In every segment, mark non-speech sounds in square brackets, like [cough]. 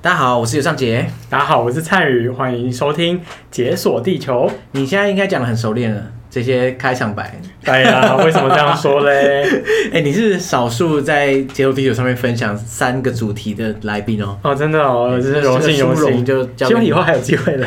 大家好，我是尤尚杰。大家好，我是灿宇，欢迎收听《解锁地球》。你现在应该讲的很熟练了，这些开场白。哎呀，为什么这样说 [laughs] 嘞？哎、你是少数在街头地球上面分享三个主题的来宾哦。 [laughs] 哦，真的哦，真是荣 [laughs] 幸这荣个殊荣幸，就交希给望你以后还有机 [laughs] 会来。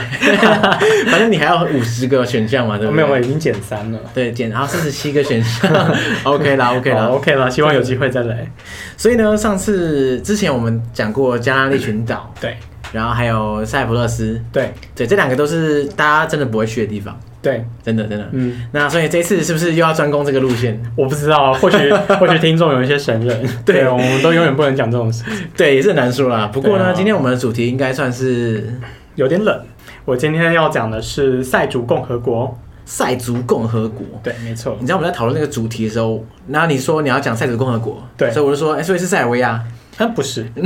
反正你还要五十个选项嘛，对不哦没对？有，我已经减三了。对，减然后四十七个选项 [laughs] ，OK 啦，OK 啦好。，OK 哦了，希望有机会再来。所以呢，上次之前我们讲过加拉利群岛，对，然后还有塞浦路斯，对，对，这两个都是大家真的不会去的地方，对，真的真的。嗯，那所以这次是不是又要专攻这个路线？我不知道，或 [laughs] 许或许听众有一些神人，对对，我们都永远不能讲这种事，对，也是很难说啦。不过呢，对啊今天我们的主题应该算是有点冷。我今天要讲的是塞族共和国。塞族共和国。对，没错你。知道我们在讨论那个主题的时候，然后你说你要讲塞族共和国，对所以我就说，哎、所以是塞尔维亚， [laughs] 但不是，不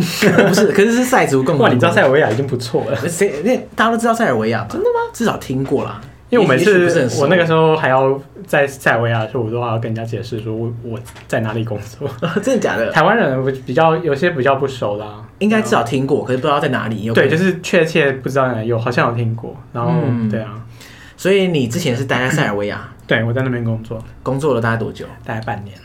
是，可是是塞族共和国。哇，你知道塞尔维亚已经不错了。谁？那大家都知道塞尔维亚吧？真的吗？至少听过啦。因为我每也许不是次很熟我那个时候还要在塞尔维亚的时候，我都还要跟人家解释说我我在哪里工作。 [laughs] [laughs] 真的假的？台湾人我比较有些比较不熟啦、应该至少听过，可是不知道在哪里。有可对，能就是确切不知道哪有，好像有听过。然后、嗯对啊，所以你之前是待在塞尔维 [coughs] 亚对我在那边工作工作了大概多久？大概半年。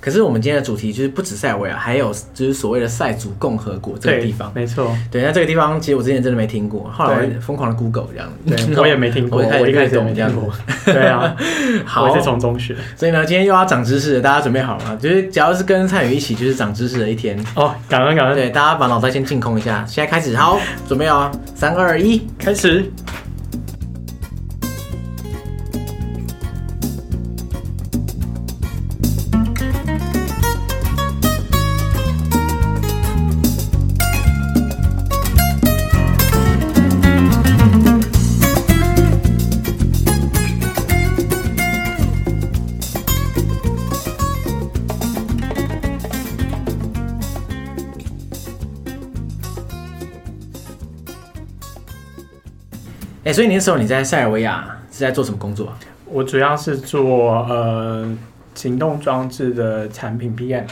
可是我们今天的主题就是不止塞尔维亚，还有就是所谓的塞族共和国这个对，地方。没错。 [laughs] 对，那这个地方其实我之前真的没听过，后来我对疯狂的 Google 这样子，对，我也没听过，我我一一开开始始也也没没听听过过。对啊， [laughs] 好，我是 [laughs] 从中学。所以呢，今天又要长知识了，大家准备好了吗？就是只要是跟蔡宇一起，就是长知识的一天。哦，感恩感恩，对，大家把脑袋先净空一下，现在开始，好，准备哦，三二一，开始。哎、所以你那时候你在塞尔维亚是在做什么工作啊？我主要是做呃行动装置的产品 PM，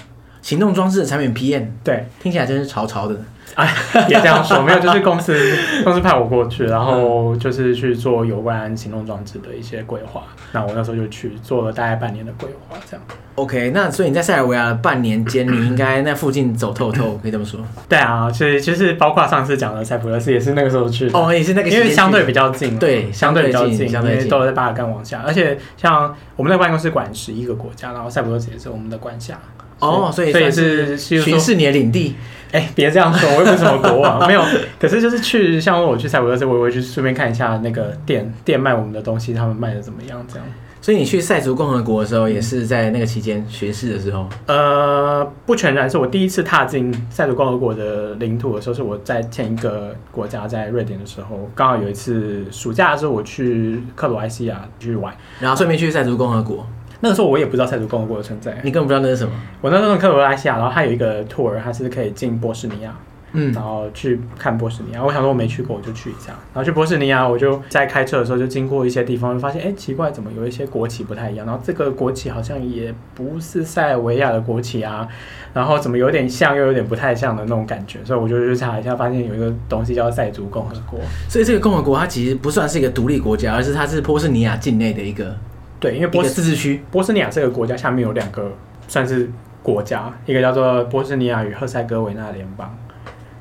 行动装置的产品 PM，对。听起来真是潮潮的。 [laughs] 也这样说，没有，就是公司 [laughs] 公司派我过去，然后就是去做有关行动装置的一些规划。那我那时候就去做了大概半年的规划，这样。 OK，那所以你在塞尔维亚的半年间，你应 [clears throat] 该那附近走透透，可以这么说。对啊，所以就是包括上次讲的塞浦路斯也是那个时候去的。哦，也是那个时因间为相去对比较近，对相对比较近，相因对近为都在巴尔干往下，而且像我们那个办公室管十一个国家，然后塞浦路斯也是我们的啊管辖。哦，所以所以算是是巡说视你的领地。哎，别这样说，我又不是什么国王，[laughs] 没有。可是就是去，像我去塞浦路斯，我也会去顺便看一下那个店店卖我们的东西，他们卖的怎么样，这样。所以你去塞族共和国的时候，也是在那个期间巡视的时候。呃，不全然是我第一次踏进塞族共和国的领土的时候，是我在前一个国家在瑞典的时候，刚好有一次暑假的时候，我去克罗埃西亚去玩。然后顺便去塞族共和国，那个时候我也不知道塞族共和国的存在，你根本不知道那是什么。我那时候去克罗埃西亚，然后它有一个 tour，它是可以进波士尼亚，嗯然，后去看波士尼亚。我想说我没去过，我就去一下。然后去波士尼亚，我就在开车的时候就经过一些地方，就发现哎、诶奇怪，怎么有一些国旗不太一样？然后这个国旗好像也不是塞尔维亚的国旗啊，然后怎么有点像又有点不太像的那种感觉。所以我就去查一下，发现有一个东西叫塞族共和国。所以这个共和国它其实不算是一个独立国家，而是它是波士尼亚境内的一个对，因为一波个斯自治区。波斯尼亚这个国家下面有两个算是国家，一个叫做波斯尼亚与赫塞哥维那联邦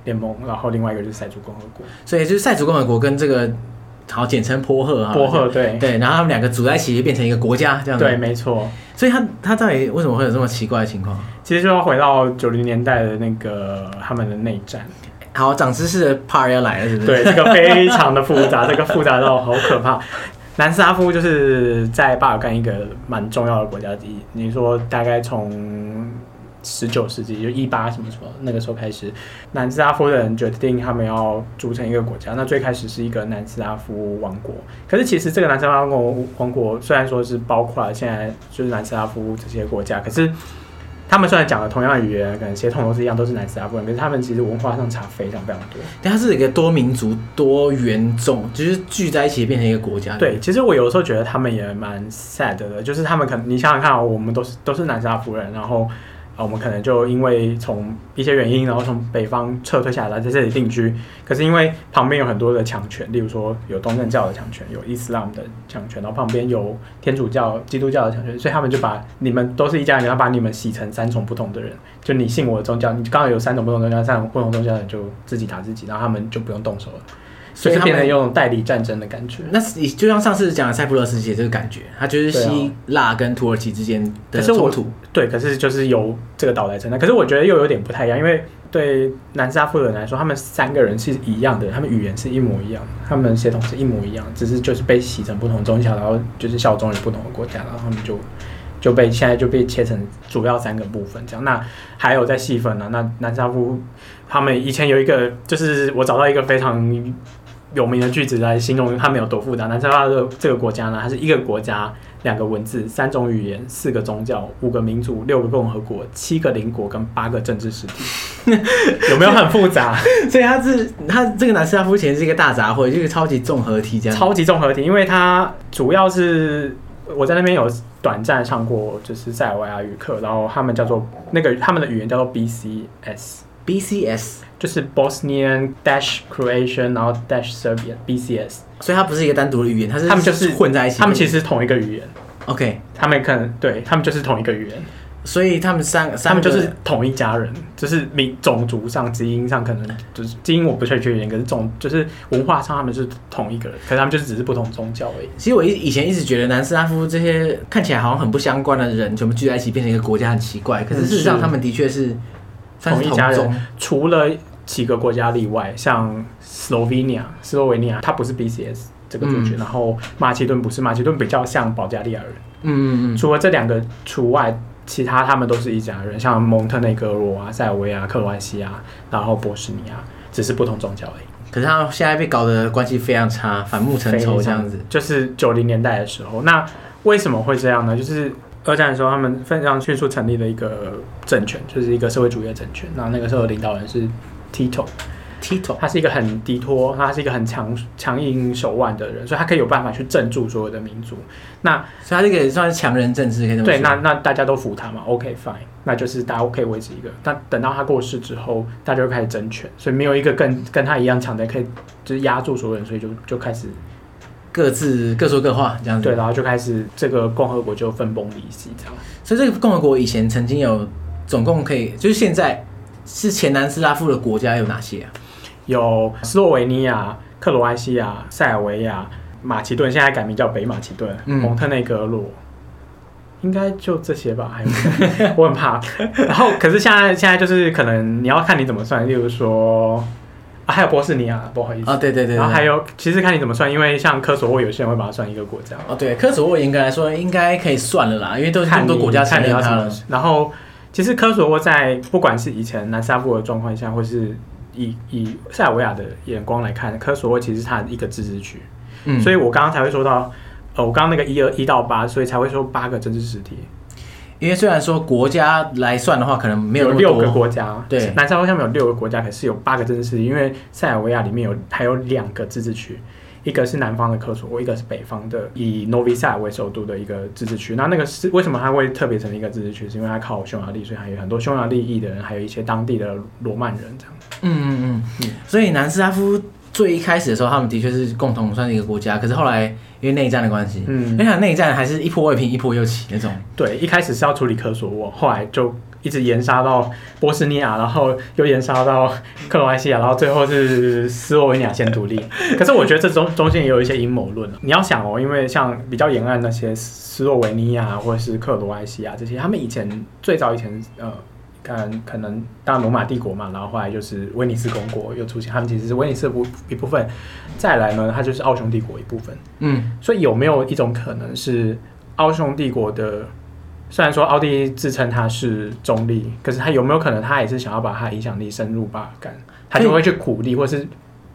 联盟，然后另外一个就是塞族共和国。所以就是塞族共和国跟这个好简称波赫啊，波赫对对，然后他们两个组在一起变成一个国家这样子。对，，没错。所以它它到底为什么会有这么奇怪的情况？其实就要回到九零年代的那个他们的内战，好，长知识的 part 要来了，是不是？对，这个非常的复杂，这个复杂到好可怕。 [laughs] 南斯拉夫就是在巴尔干一个蛮重要的国家之一。你说大概从十九世纪就一八什么什么那个时候开始，南斯拉夫的人决定他们要组成一个国家。那最开始是一个南斯拉夫王国，可是其实这个南斯拉夫王王国虽然说是包括现在就是南斯拉夫这些国家，可是他们虽然讲了同样的语言，可能血统都是一样，都是南斯拉夫人，可是他们其实文化上差非常非常多。对，它是一个多民族、多元种，就是聚在一起变成一个国家。对，，其实我有时候觉得他们也蛮 sad 的，就是他们可能你想想看、哦，我们都是都是南斯拉夫人，然后啊、我们可能就因为从一些原因，然后从北方撤退下来，在这里定居。可是因为旁边有很多的强权，例如说有东正教的强权，有伊斯兰的强权，然后旁边有天主教、基督教的强权，所以他们就把你们都是一家人，然后把你们洗成三种不同的人。就你信我的宗教，你刚好有三种不同宗教，三种不同宗教的人就自己打自己，然后他们就不用动手了，所所以以他变们得有种代理战争的感觉。那是就像上次讲的塞浦路斯也这个感觉，它就是对啊希腊跟土耳其之间的可是冲我突。对，可是就是由这个岛来承担。可是我觉得又有点不太一样，因为对南斯拉夫人来说，他们三个人是一样的，他们语言是一模一样，他们血统是一模一样，只是就是被洗成不同宗教，然后就是效忠于不同的国家，然后他们就就被现在就被切成主要三个部分这样。那还有在细分呢、那南斯拉夫他们以前有一个，就是我找到一个非常有名的句子来形容他们有多复杂。南斯拉夫这个国家呢，它是一个国家、两个文字、三种语言、四个宗教、五个民族、六个共和国、七个邻国跟八个政治实体，有没有很复杂？所以它是它这个南斯拉夫前是一个大杂烩，就是超级综合体这样。超级综合体，因为它主要是我在那边有短暂上过，就是塞尔维亚语课，然后他们叫做那个他们的语言叫做 BCS。 BCS，就是 Bosnian dash Croatian，然后 dash Serbian BCS，所以它不是一个单独的语言，它是他们就是混在一起的。他们其实是同一个语言， OK，他们可能对他们就是同一个语言，所以他们三他三们个就是同一家人，就是民种族上、基因上可能就是基因我不确确定，可是种就是文化上他们是同一个人，可是他们就是只是不同宗教而已。其实我以以前一直觉得南斯拉夫这些看起来好像很不相关的人，全部聚在一起变成一个国家很奇怪。可是事实上，嗯是他们的确是算是同一家人宗。除了几个国家例外，像 Slovenia 斯洛维尼亚，它不是 BCS 这个族群，嗯然后马其顿不是，马其顿比较像保加利亚人。嗯嗯嗯，除了这两个除外，其他他们都是一家人，像蒙特内哥罗啊、塞尔维亚、克罗埃西亚，然后波斯尼亚，只是不同宗教而已。可是他现在被搞得关系非常差，反目成仇这样子。就是九零年代的时候，那为什么会这样呢？就是二战的时候，他们非常迅速成立了一个政权，就是一个社会主义的政权。那那个时候的领导人是 Tito， Tito，他是一个很低托，他是一个很强强硬手腕的人，所以他可以有办法去镇住所有的民族。那所以他这个算是强人政治，可以这么说。对，那那大家都服他嘛，OK fine，那就是大家可以维持一个。但等到他过世之后，大家就开始争权，所以没有一个跟跟他一样强的可以就是压住所有人，所以就就开始各自各说各话这样子。对，然后就开始这个共和国就分崩离析这样。所以这个共和国以前曾经有总共可以，就是现在是前南斯拉夫的国家有哪些啊？有斯洛维尼亚、克罗埃西亚、塞尔维亚、马其顿，现在改名叫北马其顿、嗯蒙特内哥罗，应该就这些吧。还有什么， [laughs] 我很怕。然后，可是现在现在就是可能你要看你怎么算，例如说，啊、还有波斯尼亚，不好意思。哦，对对对对嗯然后还有，其实看你怎么算，因为像科索沃，有些人会把它算一个国家，哦，对，科索沃严格来说应该可以算了啦，因为都是这看么你多国家承看你认要它什么了。。然后，其实科索沃在不管是以前南斯拉夫的状况下，或是以以塞尔维亚的眼光来看，科索沃其实是它的一个自治区，嗯，所以以我刚刚才会说到，呃，我刚刚那个一二一到八，所以才会说八个政治实体，因为虽然说国家来算的话，可能没有那么六个多。国家，对南斯拉夫下面有六个国家，可是有八个政治实体，因为塞尔维亚里面有还有两个自治区。一个是南方的科索沃，一个是北方的以诺维萨尔为首都的一个自治区。那那个是为什么它会特别成立一个自治区？是因为它靠匈牙利，所以还有很多匈牙利裔的人，还有一些当地的罗曼人这样。嗯嗯嗯。所以南斯拉夫最一开始的时候，他们的确是共同算是一个国家，可是后来因为内战的关系，因嗯为，它内战还是一波未平一波又起那种。对，一开始是要处理科索沃，后来就一直延杀到波斯尼亚，然后又延杀到克罗埃西亚，然后最后是斯洛文尼亚先独立。可是我觉得这中中间也有一些阴谋论啊你要想哦，因为像比较沿岸那些斯洛维尼亚或者是克罗埃西亚这些，他们以前最早以前呃。看，可能当然罗马帝国嘛，然后后来就是威尼斯公国又出现，他们其实是威尼斯的部一部分，再来呢，它就是奥匈帝国一部分。嗯，所以有没有一种可能是奥匈帝国的？虽然说奥地利自称它是中立，可是它有没有可能它也是想要把它影响力深入巴尔干？它就会去鼓励，或是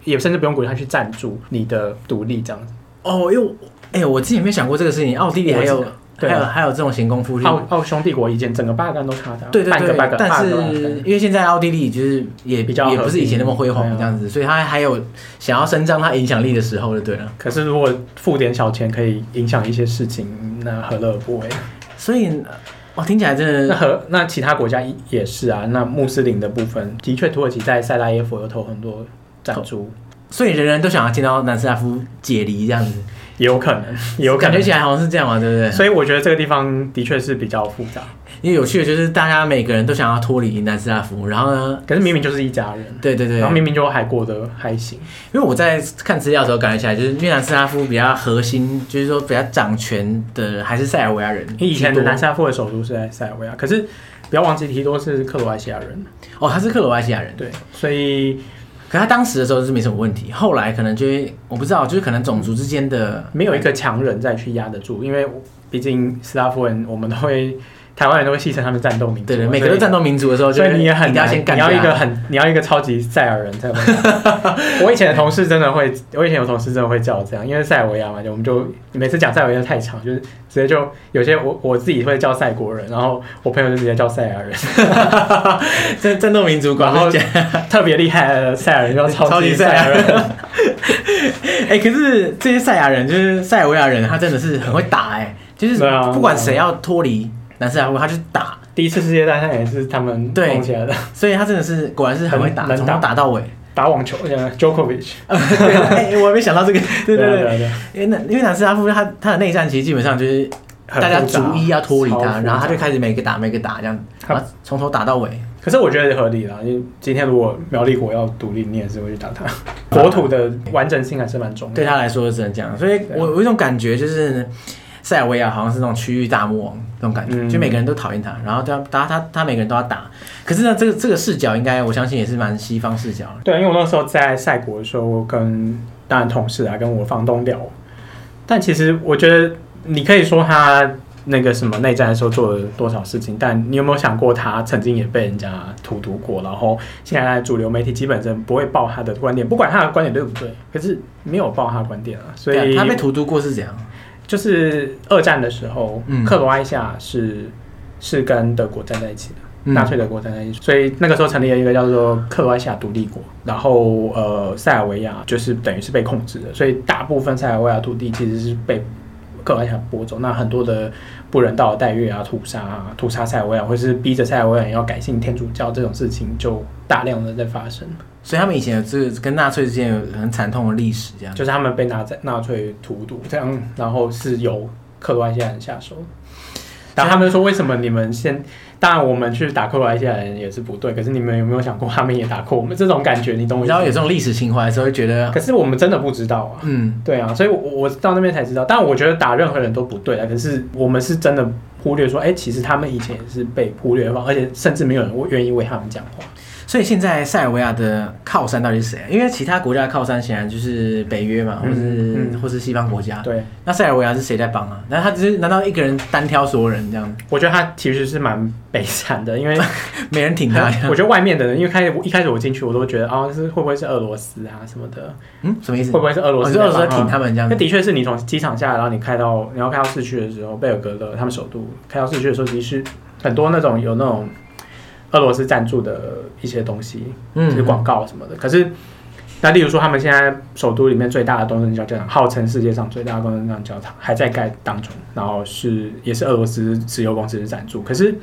也甚至不用鼓励，它去赞助你的独立这样子。哦，因为我哎、我之前没想过这个事情，奥地利还有我知道对啊还有还有这种闲工夫去。奥奥匈帝国以前整个巴尔干都是它的啊，对对半个对半个，但半个半是个因为现在奥地利就是也比较和也平不是以前那么辉煌对啊这样子，所以他还有想要伸张他影响力的时候就对了。可是如果付点小钱可以影响一些事情，那何乐而不为？所以呃哇，听起来真那的和那其他国家也是啊。那穆斯林的部分，的确，土耳其在塞拉耶夫有投很多赞助，所以人人都想要见到南斯拉夫解离这样子，也有可能，也有可感觉能起。来好像是这样嘛，对不对？所以我觉得这个地方的确是比较复杂，因为有趣的就是大家每个人都想要脱离南斯拉夫，然后呢，可是明明就是一家人，对对对，然后明明就还过得还行。因为我在看资料的时候感觉起来，就是越南斯拉夫比较核心，就是说比较掌权的还是塞尔维亚人居因为多。以前的南斯拉夫的首都是在塞尔维亚，可是不要忘记提多是克罗埃西亚人，哦，他是克罗埃西亚人，对，所以可他当时的时候是没什么问题，后来可能就会我不知道，就是可能种族之间的没有一个强人再去压得住，因为毕竟斯拉夫人我们都会，台湾人都会戏称他们战斗民族，对对，每个都战斗。斗民族的时候，所以你也很一定要难，先干你要掉一个很，你要一个超级塞尔人才有办法。我以前的同事真的会，我以前有同事真的会叫我这样，因为塞尔维亚嘛，就我们就每次讲塞尔维亚太长，就是直接就有些我我自己会叫塞国人，然后我朋友就直接叫塞尔人， [laughs] 战战斗民族管然后好讲。特别厉害的塞尔人叫超级塞尔人，哎、可是这些塞亚人，就是塞尔维亚人，他真的是很会打哎、就是对啊不管谁要脱离南斯拉夫，他就打，第一次世界大战也是他们对弄起来的，所以他真的是果然是很会打，能能从打头打到 [laughs] 尾。打网球呃 Djokovic，对，哎、我还没想到这个，对对啊对对啊对啊，因为南因为南斯拉夫他他的内战其实基本上就是很大家复杂逐一要脱离超复他，杂然后他就开始每个打每个打这样，他嗯然后从头打到尾。可是我觉得合理啦，因为今天如果苗栗国要独立，你也是会去打 [laughs] 他。国土的完整性还是蛮重要的。对他啊来说只能这样，所啊以我我有一种感觉就是。塞尔维亚好像是那种区域大魔王那种感觉，嗯就每个人都讨厌他，然后他他他他每个人都要打。可是呢，这个这个视角应该我相信也是蛮西方视角的。对，因为我那时候在赛国的时候，我跟当然同事啊，跟我房东聊，但其实我觉得你可以说他那个什么内战的时候做了多少事情，但你有没有想过他曾经也被人家荼毒过？然后现在主流媒体基本上不会报他的观点，不管他的观点对不对，可是没有报他的观点啊，所对以啊他被荼毒过是怎样？就是二战的时候，嗯克罗埃西亚是是跟德国站在一起的，嗯纳粹德国站在一起，所以那个时候成立了一个叫做克罗埃西亚独立国，然后呃塞尔维亚就是等于是被控制的，所以大部分塞尔维亚土地其实是被克罗埃西亚剥走，那很多的不人道的待遇啊、屠杀啊、屠杀塞尔维亚，或是逼着塞尔维亚人要改信天主教这种事情，就大量的在发生。所以他们以前有这个跟纳粹之间有很惨痛的历史，这样。就是他们被纳粹纳粹荼毒嗯这样，然后是由克罗埃西亚人下手。然啊后他们就说：“为什么你们先？当然，我们去打克罗埃西亚人也是不对。可是你们有没有想过，他们也打过我们？这种感觉，你懂我意思然吗后有这种历史情怀的时候，会觉得可是我们真的不知道啊。嗯，对啊，所以我我到那边才知道。但我觉得打任何人都不对啊。可是我们是真的忽略说，哎、其实他们以前也是被忽略的方，而且甚至没有人愿意为他们讲话。所以现在塞尔维亚的靠山到底是谁？因为其他国家的靠山显然就是北约嘛，或是嗯嗯或是西方国家。对，那塞尔维亚是谁在帮啊？那他只是难道一个人单挑所有人这样， [laughs] 我觉得他其实是蛮悲惨的，因为没人 [laughs] 挺他？ [laughs] 我觉得外面的人，因为开始一开始我进去，我都觉得啊，是会不会是俄罗斯啊什么的，嗯，什么意会思？不会是俄罗哦斯你在说俄帮忙？罗斯挺他们这样那子？的确是你从机场下来，然后你开到你要开到市区的时候，贝尔格勒他们首都开到市区的时候，其实很多那种有那种俄罗斯赞助的一些东西，嗯就是广告什么的。可是，那例如说他们现在首都里面最大的东正教教堂，号称世界上最大的东正教教堂，还在盖当中，然后是也是俄罗斯石油公司赞助。可是，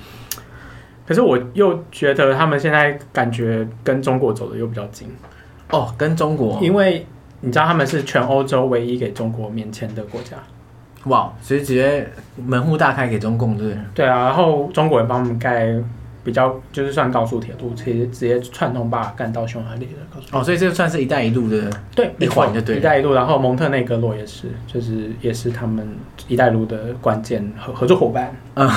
可是我又觉得他们现在感觉跟中国走的又比较近，哦，跟中国因为你知道他们是全欧洲唯一给中国免签的国家。哇，所以直接门户大开给中共，对不对？对啊，然后中国人帮我们盖比较就是算高速铁路，其实直接串通把它干到匈牙利的高速铁路。哦，所以这算是一带一路 [laughs] 的 [laughs] 对，一环就对了一带一路，然后蒙特内哥罗也是，就是也是他们一带一路的关键合合作伙伴。嗯，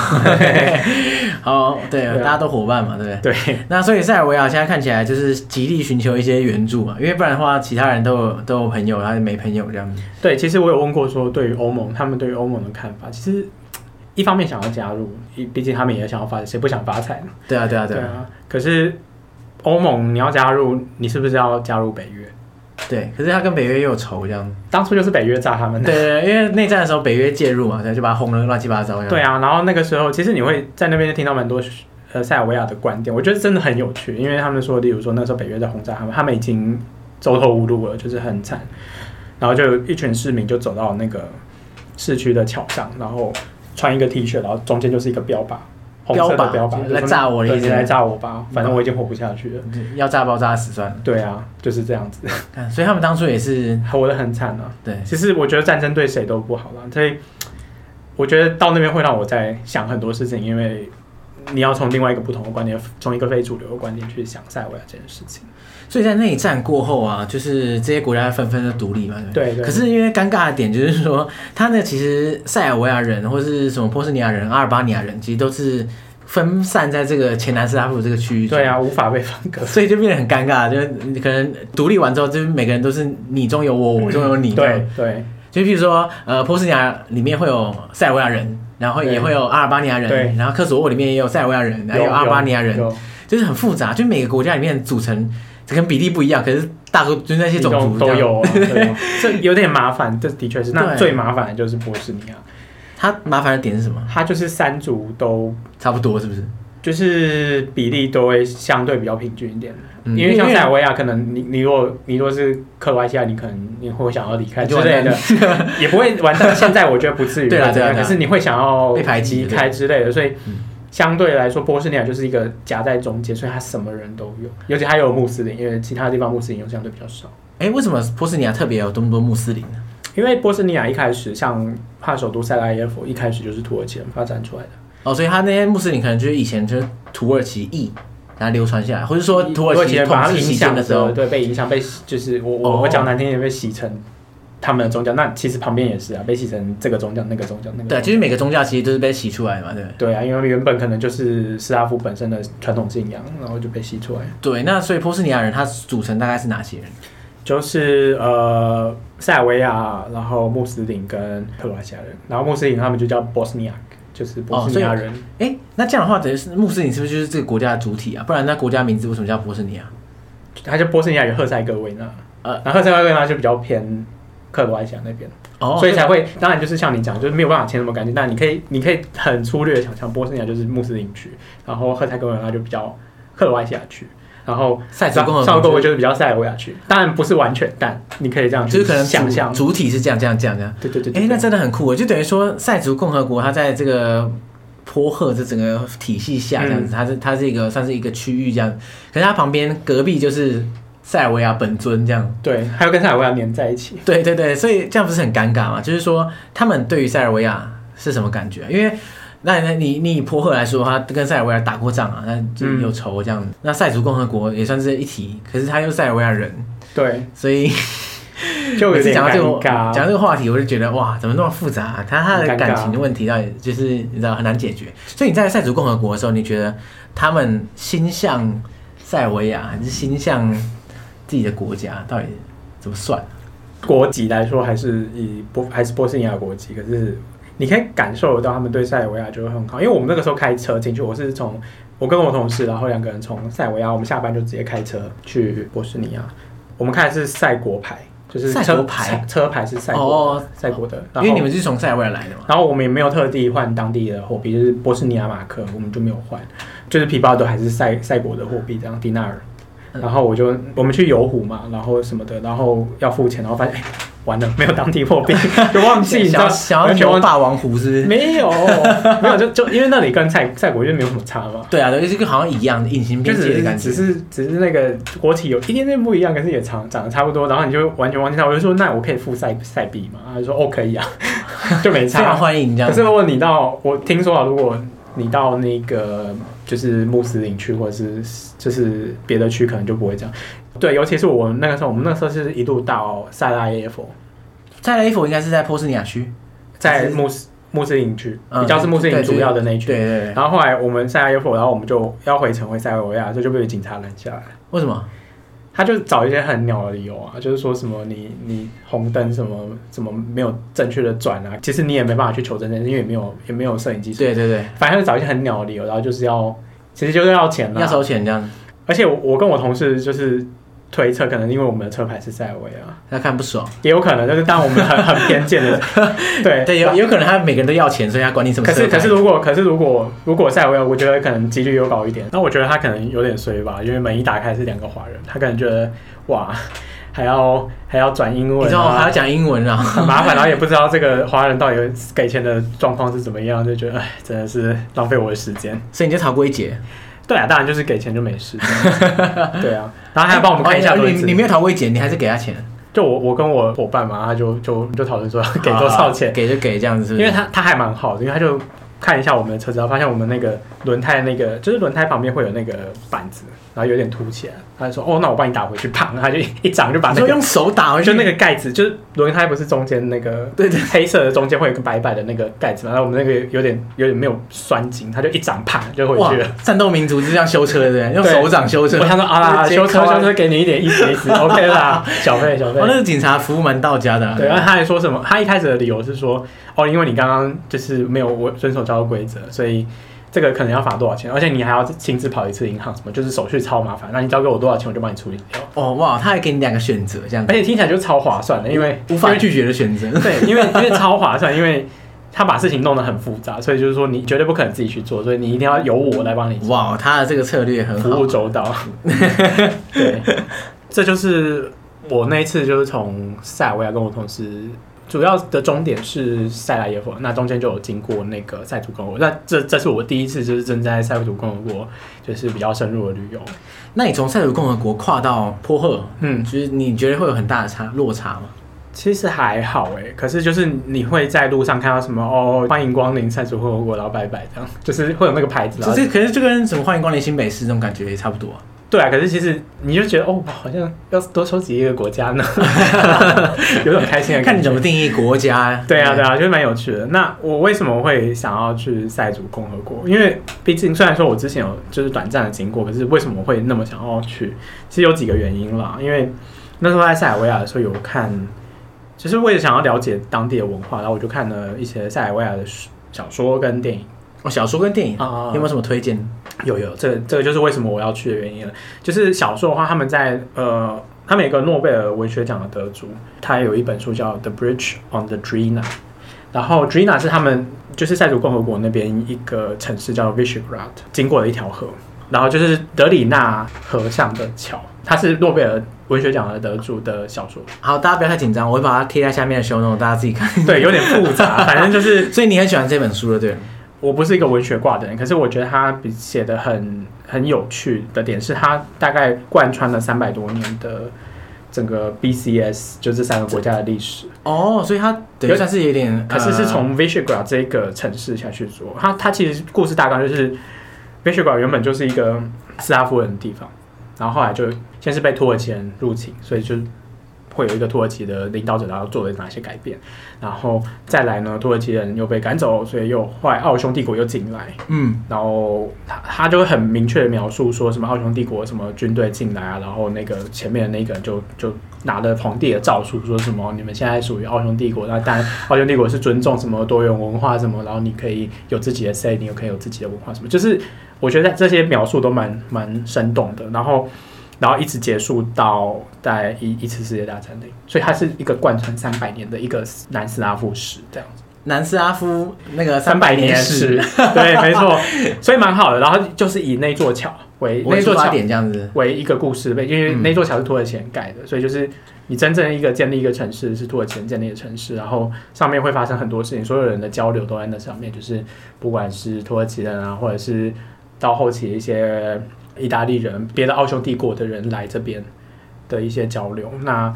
好，对，对啊大家都伙伴嘛，对不对？对，那所以塞尔维亚现在看起来就是极力寻求一些援助嘛，因为不然的话，其他人都有都有朋友，他没朋友这样子。 [laughs] 对，其实我有问过说，对于欧盟，他们对于欧盟的看法，其实一方面想要加入，一毕竟他们也想要发，谁不想发财呢？对啊，对啊，对啊，啊。可是欧盟你要加入，你是不是要加入北约？对。可是他跟北约又有仇这样子。当初就是北约炸他们的。对对，对因为内战的时候北约介入嘛，所以就把他轰得乱七八糟这样。对啊，然后那个时候，其实你会在那边就听到蛮多呃塞尔维亚的观点，我觉得真的很有趣，因为他们说，例如说那时候北约在轰炸他们，他们已经走投无路了，就是很惨，然后就有一群市民就走到那个市区的桥上，然后穿一个 T 恤，然后中间就是一个标靶，红色标的靶标靶，来就说炸我的对意思你来炸我吧，反正我已经活不下去了。要炸包炸死算了。对啊，就是这样子，看，所以他们当初也是活得很惨啊。对，其实我觉得战争对谁都不好啦，所以我觉得到那边会让我在想很多事情，因为你要从另外一个不同的观点，从一个非主流的观点去想塞维亚这件事情。所以在内战过后啊，就是这些国家纷纷的独立嘛，对不对。对对，可是因为尴尬的点就是说，他那其实塞尔维亚人或是什么波斯尼亚人、阿尔巴尼亚人，其实都是分散在这个前南斯拉夫这个区域。对，啊，无法被分割。所以就变得很尴尬，就是可能独立完之后，就是每个人都是你中有我，我中有你。嗯对，对就譬如说，呃，波斯尼亚里面会有塞尔维亚人，然后也对会有阿尔巴尼亚人，对然后科索沃里面也有塞尔维亚人，然后有有阿尔巴尼亚人，有就是很复杂，就每个国家里面组成可能比例不一样，可是大多就是那些种族都这样，都 [laughs] 有啊，对啊这有点麻烦，这的确是。那对最麻烦的就是波斯尼亚，它麻烦的点是什么？它就是三族都差不多是不是？就是比例都会相对比较平均一点，嗯因为像塞尔维亚，可能你你如果你如果是克罗埃西啊亚，你可能你会想要离开你之就完类蛋的， [laughs] 也不会完蛋。现在我觉得不 [laughs] 至于对啊完蛋对啊对啊可是你会想要被排挤离开之类的，所以嗯相对来说，波斯尼亚就是一个夹在中间，所以它什么人都有，尤其它有穆斯林，因为其他地方穆斯林又相对比较少。哎、为什么波斯尼亚特别有这么多穆斯林呢？因为波斯尼亚一开始像帕首都塞拉耶夫，一开始就是土耳其人发展出来的。哦，所以他那些穆斯林可能就是以前就是土耳其裔，然后流传下来，或者说嗯土耳其人统把它治影期响间的时候，对，被影响被就是我我、哦我讲难听一点，被洗成他们的宗教。那其实旁边也是啊，被洗成这个宗教那个宗教那个宗教。对，就是每个宗教其实都是被洗出来嘛，对不对？对啊，因为原本可能就是斯拉夫本身的传统信仰，然后就被洗出来。对，那所以波斯尼亚人他组成大概是哪些人？就是呃，塞尔维亚，然后穆斯林跟克罗埃西亚人，然后穆斯林他们就叫波斯尼亚，哦就是波斯尼亚人。哎，那这样的话，等于是穆斯林是不是就是这个国家的主体啊？不然那国家名字为什么叫波斯尼亚？他就波斯尼亚与赫塞哥维那，呃呃，然后赫塞哥维那就比较偏克罗埃西亚那边。哦，所以才会，当然就是像你讲，就是没有办法签那么干净，但你可以，你可以很粗略的想象，波斯尼亚就是穆斯林区，然后赫塞哥维那就比较克罗埃西亚区，然后塞族上共和国上国就是比较塞尔维亚区，当然不是完全，但你可以这样就是去可能想象主，主体是这样这样这样这样。对对对哎、对那真的很酷哦，就等于说塞族共和国它在这个波赫这整个体系嗯下这样子，它是它是一个算是一个区域这样，可是它旁边隔壁就是塞尔维亚本尊这样。对，还有跟塞尔维亚粘在一起，对对对，所以这样不是很尴尬吗？就是说他们对于塞尔维亚是什么感觉？啊因为那那你你以波赫来说，他跟塞尔维亚打过仗啊，那就嗯有仇这样子。那塞族共和国也算是一体，可是他又是塞尔维亚人，对，所 [laughs] 以就每有次点讲到这尴个讲到尬。这个话题，我就觉得哇，怎么那么复杂、啊？他他的很尴尬感情的问题到底就是你知道很难解决。所以你在塞族共和国的时候，你觉得他们心向塞尔维亚，还是心向自己的国家，到底怎么算？国籍来说，还是以波还是波斯尼亚国籍，可是你可以感受得到他们对塞尔维亚就会很好，因为我们那个时候开车进去，我是从我跟我同事，然后两个人从塞尔维亚，我们下班就直接开车去波斯尼亚，我们看的是赛国牌，就是车赛国牌车车牌是赛国哦赛国的，因然后为你们是从塞尔维亚来的嘛。然后我们也没有特地换当地的货币，就是波斯尼亚马克，我们就没有换，就是皮包都还是塞塞国的货币，这样迪纳尔。嗯然后我就我们去游湖嘛，然后什么的，然后要付钱，然后发现哎完了没有当地货 [laughs] 币，就忘记，你知想道要想要完全忘牛记霸王湖是不是？没有没有就就因为那里跟塞塞国就没有什么差嘛，对啊，对，就是好像一样的隐形就边界只的感是觉只。是只是那个国体有一点点不一样，可是也长长得差不多，然后你就完全忘记它。我就说那我可以付塞塞币嘛，他就说哦可以啊， [laughs] 就没非差常。欢迎这样可。是如果你到我听说啊，如果你到那个就是穆斯林区或者是就是别的区，可能就不会这样。对，尤其是我们那个时候，我们那时候是一路到塞拉耶夫，塞雷夫应该是在波斯尼亚区，在穆斯穆斯林区，嗯比较是穆斯林对对主要的那一对区。对对。然后后来我们塞拉耶夫，然后我们就要回城回塞尔维亚，所以就被警察拦下来。为什么？他就找一些很鸟的理由啊，就是说什么你你红灯什么什么没有正确的转啊，其实你也没办法去求证这件事，因为也没有也没有摄影机什么的对对对，反正就找一些很鸟的理由，然后就是要，其实就是要钱啦。要收钱这样，而且我我跟我同事就是推测，可能因为我们的车牌是塞尔维亚，他看不爽。也有可能就是当我们很很偏见的， [laughs] 对对，有有可能他每个人都要钱，所以他管你什么可车是牌。可是如果可是如果如果塞尔维亚，我觉得可能几率有高一点。那我觉得他可能有点衰吧，因为门一打开是两个华人，他可能觉得哇，还要 [laughs] 还要转英你文知道我还要啊，讲英文啊？ [laughs] 很麻烦，然后也不知道这个华人到底给钱的状况是怎么样，就觉得哎，真的是浪费我的时间。所以你就逃过一劫。对啊，当然就是给钱就没事。 [laughs] 对啊，然后还要帮我们看一下哦多你一次你没有逃过一劫，你还是给他钱，就我我跟我伙伴嘛，他就就就讨论说要给多少钱，给就给这样子是不因是，为他他还蛮好的，因为他就看一下我们的车子，然后发现我们那个轮胎那个就是轮胎旁边会有那个板子，然后有点凸起来，他就说哦，那我帮你打回去，啪，然后他就一一掌就把你那说个用手打回去， [laughs] 就那个盖子，就是轮胎不是中间那个对对黑色的中间会有一个白白的那个盖子嘛，然后我们那个有点有点没有拴紧，他就一掌啪就回哇去了。，战斗民族就这样修车的人，用对手掌修车。我想说啊啦，直接修车扣啊修车给你一点意思 [laughs] 意思，OK 啦，小费小费哦，。那个警察服务蛮到家的啊、对，然后他还说什么？他一开始的理由是说，哦，因为你刚刚就是没有我遵守交通规则，所以这个可能要罚多少钱，而且你还要亲自跑一次银行，什么就是手续超麻烦。那你交给我多少钱，我就帮你处理掉。哦哇，他还给你两个选择，这样而且听起来就超划算的，因为无因法为拒绝的选择。对，因为因为超划算，因为他把事情弄得很复杂，所以就是说你绝对不可能自己去做，所以你一定要由我来帮你做 [laughs] 哇，他的这个策略很服好务，[laughs] 周到。对，这就是我那一次就是从塞尔维亚跟我同事。主要的终点是塞拉耶夫，那中间就有经过那个塞族共和国，那这这是我第一次就是正在塞族共和国就是比较深入的旅游，那你从塞鲁共和国跨到波赫，嗯，就是你觉得会有很大的差落差吗？其实还好哎、可是就是你会在路上看到什么哦，欢迎光临塞族共和国，然后拜拜这样，就是会有那个牌子，就然后是，可是就跟什么欢迎光临新北市这种感觉也差不多啊、对啊，可是其实你就觉得哦，好像要多收集一个 [laughs] 国家呢， [laughs] 有种开心的 [laughs] 感觉。看你怎么定义国 [laughs] 家。对啊，对啊，就是蛮有趣的。那我为什么会想要去塞族共和国？因为毕竟虽然说我之前有就是短暂的经过，可是为什么会那么想要去？其实有几个原因啦。因为那时候在塞尔维亚的时候有看，就是为了想要了解当地的文化，然后我就看了一些塞尔维亚的书小说跟电影哦，小说跟电影、啊有没有什么推荐？有有，这个这个就是为什么我要去的原因了。就是小说的话，他们在呃，他们有一个诺贝尔文学奖的得主，他有一本书叫《The Bridge on the Drina》，然后 Drina 是他们就是塞族共和国那边一个城市叫 Visegrad 经过的一条河，然后就是德里纳河上的桥，它是诺贝尔文学奖的得主的小说，好，大家不要太紧张，我会把它贴在下面的 show note，大家自己看。 [laughs] 对，有点复杂，反正就是所以你很喜欢这本书了，对了？我不是一个文学挂的人，可是我觉得他比写的很很有趣的点是，他大概贯穿了三百多年的整个 BCS，就这三个国家的历史。哦，所以它等于有算是有点，可是呃是从 Visegrad 这个城市下去做，它它其实故事大纲就是 Visegrad 原本就是一个斯拉夫人的地方，然后后来就先是被土耳其人入侵，所以就会有一个土耳其的领导者，然后做了哪些改变，然后再来呢，土耳其人又被赶走，所以又后来奥匈帝国又进来。嗯，然后他他就会很明确的描述说什么奥匈帝国什么军队进来啊，然后那个前面的那个人就就拿了皇帝的诏书，说什么你们现在属于奥匈帝国，那当然奥匈帝国是尊重什么多元文化什么，然后你可以有自己的 say，你又可以有自己的文化什么，就是我觉得这些描述都蛮蛮生动的，然后。然后一直结束到在一一次世界大战里，所以它是一个贯穿三百年的一个南斯拉夫史这样。南斯拉夫那个三百百年史史， [laughs] 对，没错，所以蛮好的。然后就是以那座桥为那为座出发桥点这样子。为一个故事背景，因为嗯那座桥是土耳其人盖的，所以就是你真正一个建立一个城市是土耳其人建立的城市，然后上面会发生很多事情，所有人的交流都在那上面，就是不管是土耳其人啊，或者是到后期一些意大利人、别的奥匈帝国的人来这边的一些交流，那。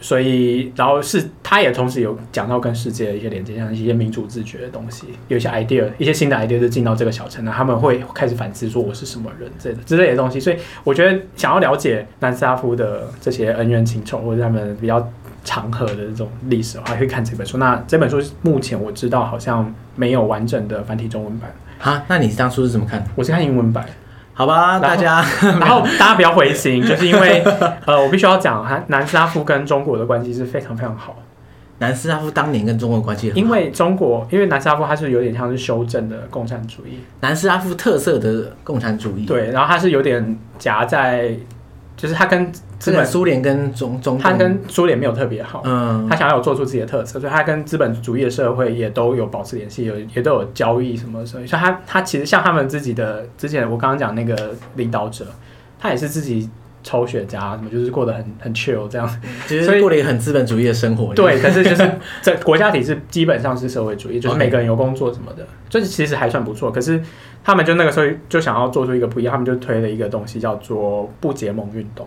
所以，然后是，他也同时有讲到跟世界的一些连接，像一些民主自觉的东西，有一些 idea，一些新的 idea 就进到这个小城，那他们会开始反思说我是什么人之类的之类的东西，所以。我觉得想要了解南斯拉夫的这些恩怨情仇，或者他们比较长河的这种历史的话，可以看这本书。那这本书目前我知道好像没有完整的繁体中文版，啊，那你当初是怎么看？我是看英文版。好吧，然后大家 [laughs] 然后大家不要灰心，就是因为呃，我必须要讲，它南斯拉夫跟中国的关系是非常非常好，南斯拉夫当年跟中国关系很好，因为中国，因为南斯拉夫它是有点像是修正的共产主义，南斯拉夫特色的共产主义，，对，然后它是有点夹在，就是它跟资这个本，苏联跟中中共，它跟苏联没有特别好，嗯他想要有做出自己的特色，所以他跟资本主义的社会也都有保持联系，有也都有交易什么的，所以他他其实像他们自己的之前我刚刚讲那个领导者，他也是自己抽雪茄啊什么，就是过得很很 chill 这样。就是过了一个很资本主义的生活。对，可是就是这国家体制基本上是社会主义，就是 OK 每个人有工作什么的，就是其实还算不错。可是他们就那个时候就想要做出一个不一样，他们就推了一个东西叫做不结盟运动。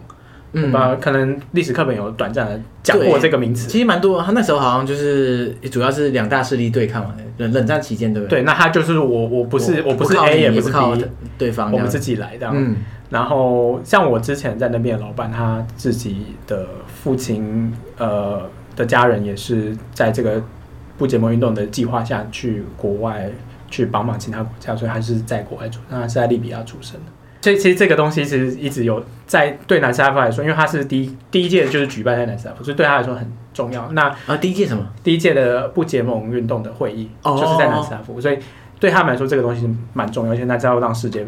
嗯，呃，可能历史课本有短暂的讲过对这个名词。其实蛮多。他那时候好像就是主要是两大势力对抗嘛，冷冷战期间，对不对？对，那他就是我，我不是，我不是靠 A，你也不不是靠 B，对方我这们样自子。己啊来这样。嗯，然后像我之前在那边的老板，他自己的父亲呃的家人也是在这个不结盟运动的计划下去国外去帮忙其他国家，所以他是在国外出，那他是在利比亚出生的。所以其实这个东西其实一直有在对南斯拉夫来说，因为他是第一第一届就是举办在南斯拉夫，所以对他来说很重要。那啊，第一届什么？第一届的不结盟运动的会议，哦就是在南斯拉夫，所以对他们来说这个东西是蛮重要，而且那之后让世界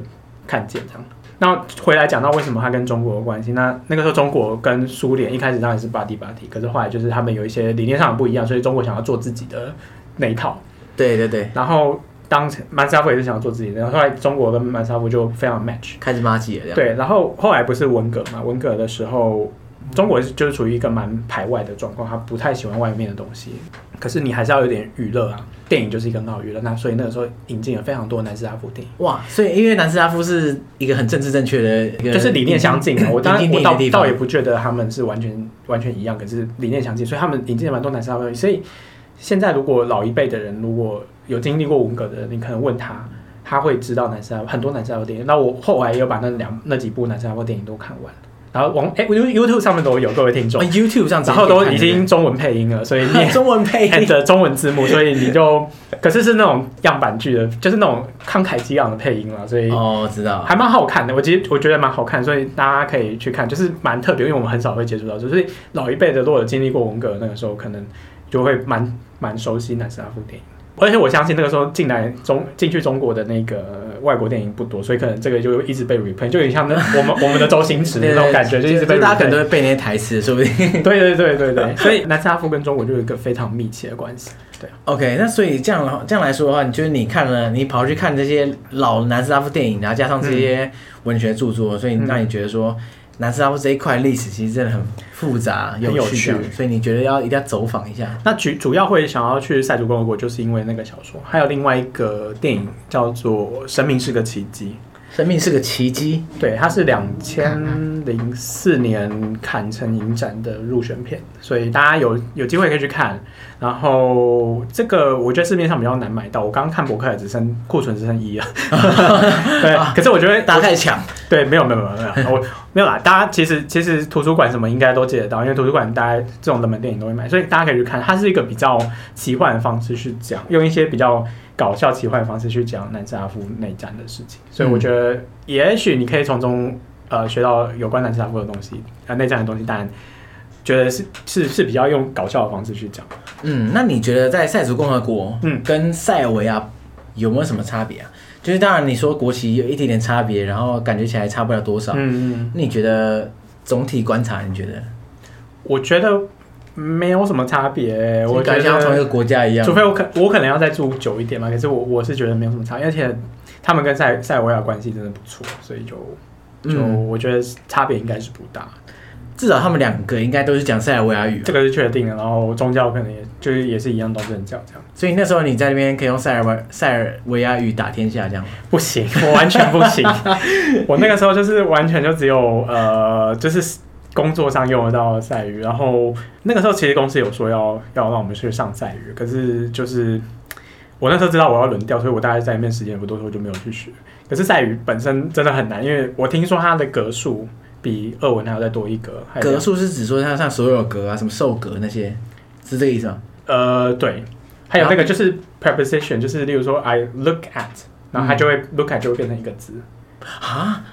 看见这样。那回来讲到为什么它跟中国有关系，那那个时候中国跟苏联一开始当然是巴蒂巴蒂，可是后来就是他们有一些理念上的不一样，所以中国想要做自己的那一套，对对对，然后当时曼斯拉夫也是想要做自己的，然后后来中国跟曼斯拉夫就非常 match，开始骂起了这样。对，然后后来不是文革嘛？文革的时候，中国就是处于一个蛮排外的状况，他不太喜欢外面的东西。可是你还是要有点娱乐啊，电影就是一个很好的娱乐。那所以那个时候引进了非常多南斯拉夫电影，哇，所以因为南斯拉夫是一个很政治正确的一个，就是理念相近啊。我当一然定我一定倒的地方倒也不觉得他们是完全完全一样，可是理念相近，所以他们引进了蛮多南斯拉夫电影。所以现在如果老一辈的人如果有经历过文革的人，你可能问他。他会知道南斯拉夫很多南斯拉夫电影。那我后来也有把那两那几部南斯拉夫电影都看完，然后网哎、我 You YouTube 上面都有各位听众啊，YouTube 上直接然后都可以看已经中文配音了，所以对不你对 [laughs] 中文配 [laughs] 看音，着中文字幕，所以你就可是是那种样板剧的，就是那种慷慨激昂的配音了，所以哦，知道。还蛮好看的。我其实我觉得蛮好看，所以大家可以去看，就是蛮特别，因为我们很少会接触到，就是老一辈的如果有经历过文革那个时候，可能就会蛮蛮熟悉南斯拉夫电影。而且我相信那个时候进来中进去中国的那个外国电影不多，所以可能这个就一直被 replay，就有点像那我们我们的周星驰那种感觉，就一直被 replay。大家可能都会背那些台词，说不定。 [laughs] 对对对对对，所以南斯拉夫跟中国就有一个非常密切的关系。对， OK，那所以这样的话，这样来说的话，你就是你看了，你跑去看这些老南斯拉夫电影，然后加上这些文学著作，所以嗯让你觉得说南斯拉夫这一块历史其实真的很复杂、很有趣趣，所以你觉得要一定要走访一下。那主主要会想要去塞族共和国，就是因为那个小说，还有另外一个电影叫做《生命是个奇迹生命是个奇迹，》，对，它是两千零四年坎城影展的入选片，所以大家有有机会可以去看。然后这个我觉得市面上比较难买到，我刚刚看博客也只剩库存只剩一了， [laughs] 对，可是我觉得大家太强，对，没有没有没有没有，我没有啦。大家其实其实图书馆什么应该都借得到，因为图书馆大家这种冷门电影都会买，所以大家可以去看。它是一个比较奇幻的方式去讲，用一些比较搞笑奇幻的方式去讲南斯拉夫内战的事情，所以我觉得也许你可以从中呃学到有关南斯拉夫的东西，呃内战的东西，当然觉得是是是比较用搞笑的方式去讲。嗯，那你觉得在塞族共和国，嗯跟塞尔维亚有没有什么差别啊？就是当然你说国旗有一点点差别，然后感觉起来差不了多少。嗯嗯。那你觉得总体观察，你觉得？我觉得没有什么差别，我就觉感得觉像同一个国家一样，除非我可我可能要再住久一点嘛，可是我我是觉得没有什么差，而且他们跟塞塞尔维亚关系真的不错，所以就就嗯我觉得差别应该是不大，至少他们两个应该都是讲塞尔维亚语吧，啊这个是确定的。然后宗教可能也就是也是一样都是很教这样，所以那时候你在那边可以用塞尔维塞尔维亚语打天下这样吗。不行，我完全不 [laughs] 行。我那个时候就是完全就只有呃，就是工作上用得到的赛语，然后那个时候其实公司有说要要让我们去上赛语，可是就是我那时候知道我要轮调，所以我大概在那边时间也不多，所以我就没有去学。可是赛语本身真的很难，因为我听说它的格数比俄文还要再多一格，还有格数是指说像像所有格啊，什么受格那些，是这个意思吗？呃，对，还有那个就是 preposition，就是例如说 I look at，然嗯后它就会 look at 就会变成一个字啊，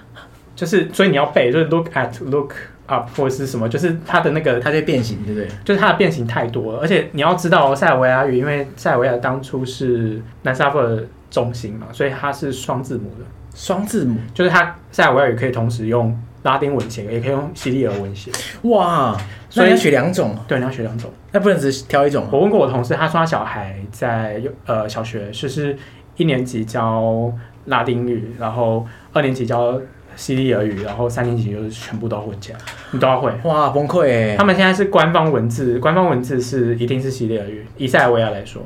就是所以你要背，就是 look at look up 或者是什么，就是它的那个，它就会变形，对不对？就是它的变形太多了，而且你要知道哦塞尔维亚语，因为塞尔维亚当初是南斯拉夫的中心嘛，所以它是双字母的，双字母，就是它塞尔维亚语可以同时用拉丁文写，也可以用西里尔文写，哇，所那以你要学两种，对，你要学两种。那不能只挑一种哦。我问过我同事，他说他小孩在幼呃小学就是一年级教拉丁语，然后二年级教西利俄语，然后三年级就是全部都混起来，你都要会。哇，崩溃欸他！们现在是官方文字，官方文字是一定是西利俄语，以塞尔维亚来说，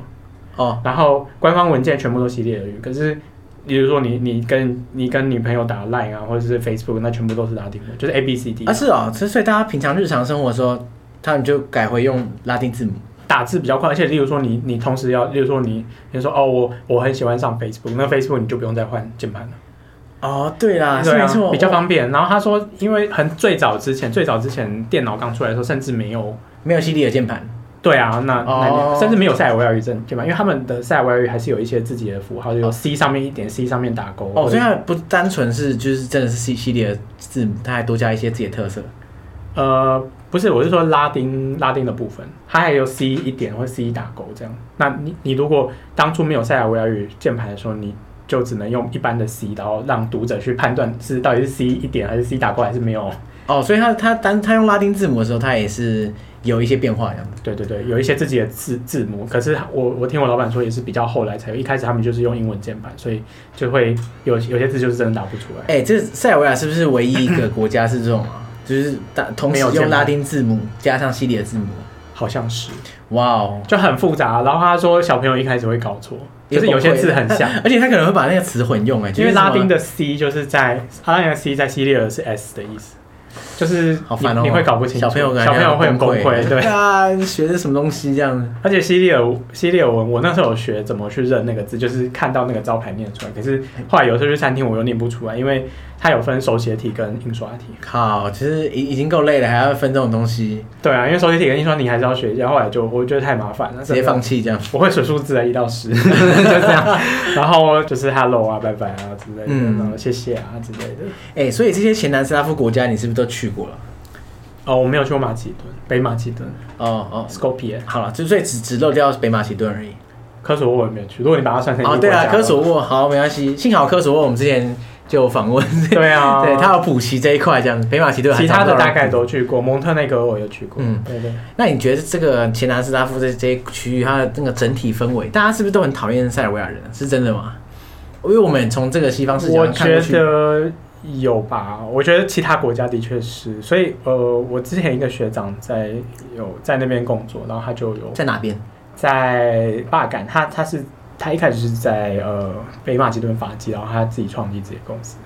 哦，然后官方文件全部都西利俄语。可是，比如说你你跟你跟女朋友打 Line 啊，或者是 Facebook，那全部都是拉丁文，就是 A B C D，、啊是哦，所以所以大家平常日常生活的时候，他们就改回用拉丁字母。打字比较快。而且，例如说你你同时要，例如说你你说哦我我很喜欢上 Facebook，那 Facebook 你就不用再换键盘了。哦，对啦，是对没啊错，比较方方便。然后他说，因为很最早之前，最早之前电脑刚出来的时候，甚至没有，没有 CD 的键盘。对啊，那、那哦你甚至没有塞尔维亚语证，对吧？因为他们的塞尔维亚语还是有一些自己的符号，就有 C 上面一点，C 上面打勾。哦，或所者以它不单纯是就是真的是 C 系列的字母，它还多加一些自己的特色。呃，不是，我是说拉丁拉丁的部分，它还有 C 一点或 C 打勾这样。那你你如果当初没有塞尔维亚语键盘的时候，你就只能用一般的 C，然后让读者去判断是到底是 C 一点还是 C 打勾还是没有。哦，所以它它单它用拉丁字母的时候，它也是有一些变化这样子。对对对，有一些自己的字字母，可是我我听我老板说也是比较后来才有，一开始他们就是用英文键盘，所以就会有有些字就是真的打不出来。哎、这塞尔维亚是不是唯一一个国家是这种 [laughs] 啊？就是大同时没有键用盘拉丁字母加上系列的字母？好像是，哇哦！就很复杂。然后他说小朋友一开始会搞错，也就是有些字很 [laughs] 像，而且他可能会把那个词混用哎、因为拉丁的的 C 就是在拉丁的 C 在西利尔是 S 的意思，就是好你烦哦、你会搞不清楚，小朋友小朋友会很崩溃，对。 [laughs] 啊，学的什么东西这样子？而且西利尔西利尔文，我那时候有学怎么去认那个字，就是看到那个招牌念出来。可是后来有时候去餐厅，我又念不出来，因为它有分手写体跟印刷体。靠，其实已已经够累了，还要分这种东西，对啊，因为手写体跟印刷体还是要学一下。后来就我觉得太麻烦了，直接真的放弃这样。我会数数字啊，一到十 [laughs] 就这样，然后就是 hello 啊、拜拜啊之类的，嗯然后谢谢啊之类的。哎、所以这些前南斯拉夫国家你是不是都去过了？哦，我没有去过马其顿，北马其顿哦 Skopje，哦，好了，就所以只只漏掉北马其顿而已。科索沃我也没有去。如果你把它算成一个哦，对国啊，家科 [laughs] 索沃好没关系，幸好科索沃我们之前就有访问，对啊，对他有补齐这一块，这样北马其顿还其他找的不到大人概都去过，蒙特内哥我有去过。嗯嗯，对对。那你觉得这个前南斯拉夫这这些区域它的那个整体氛围，大家是不是都很讨厌塞尔维亚人？啊是真的吗？因为我们从这个西方视角我看过觉去，得有吧，我觉得其他国家的确是，所以呃，我之前一个学长在有在那边工作，然后他就有在哪边？在巴干，他他是他一开始是在呃北马其顿发迹，然后他自己创立自己的公司。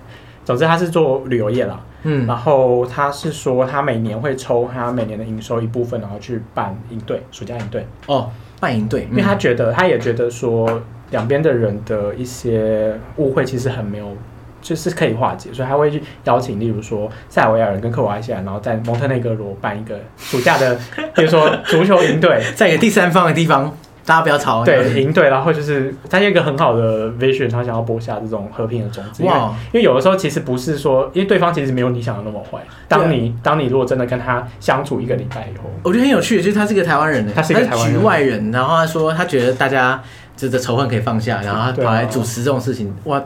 总之，他是做旅游业啦，嗯，然后他是说他每年会抽他每年的营收一部分，然后去办营队，暑假营队，哦，办营队，因为他觉得他也觉得说两边的人的一些误会其实很没有。就是可以化解，所以他会去邀请，例如说塞尔维亚人跟克罗埃西亚人，然后在蒙特内哥罗办一个暑假的，比如说足球营队，嗯在一个第三方的地方，大家不要吵。对，赢对，然后就是他有一个很好的 vision，他想要播下这种和平的种子。因为哇因为有的时候其实不是说，因为对方其实没有你想的那么坏。当你、当你如果真的跟他相处一个礼拜以后，我觉得很有趣的，就是他是个台湾人呢，他是一个台湾人局外人，然后他说他觉得大家这的仇恨可以放下，然后他对跑啊来主持这种事情，哇，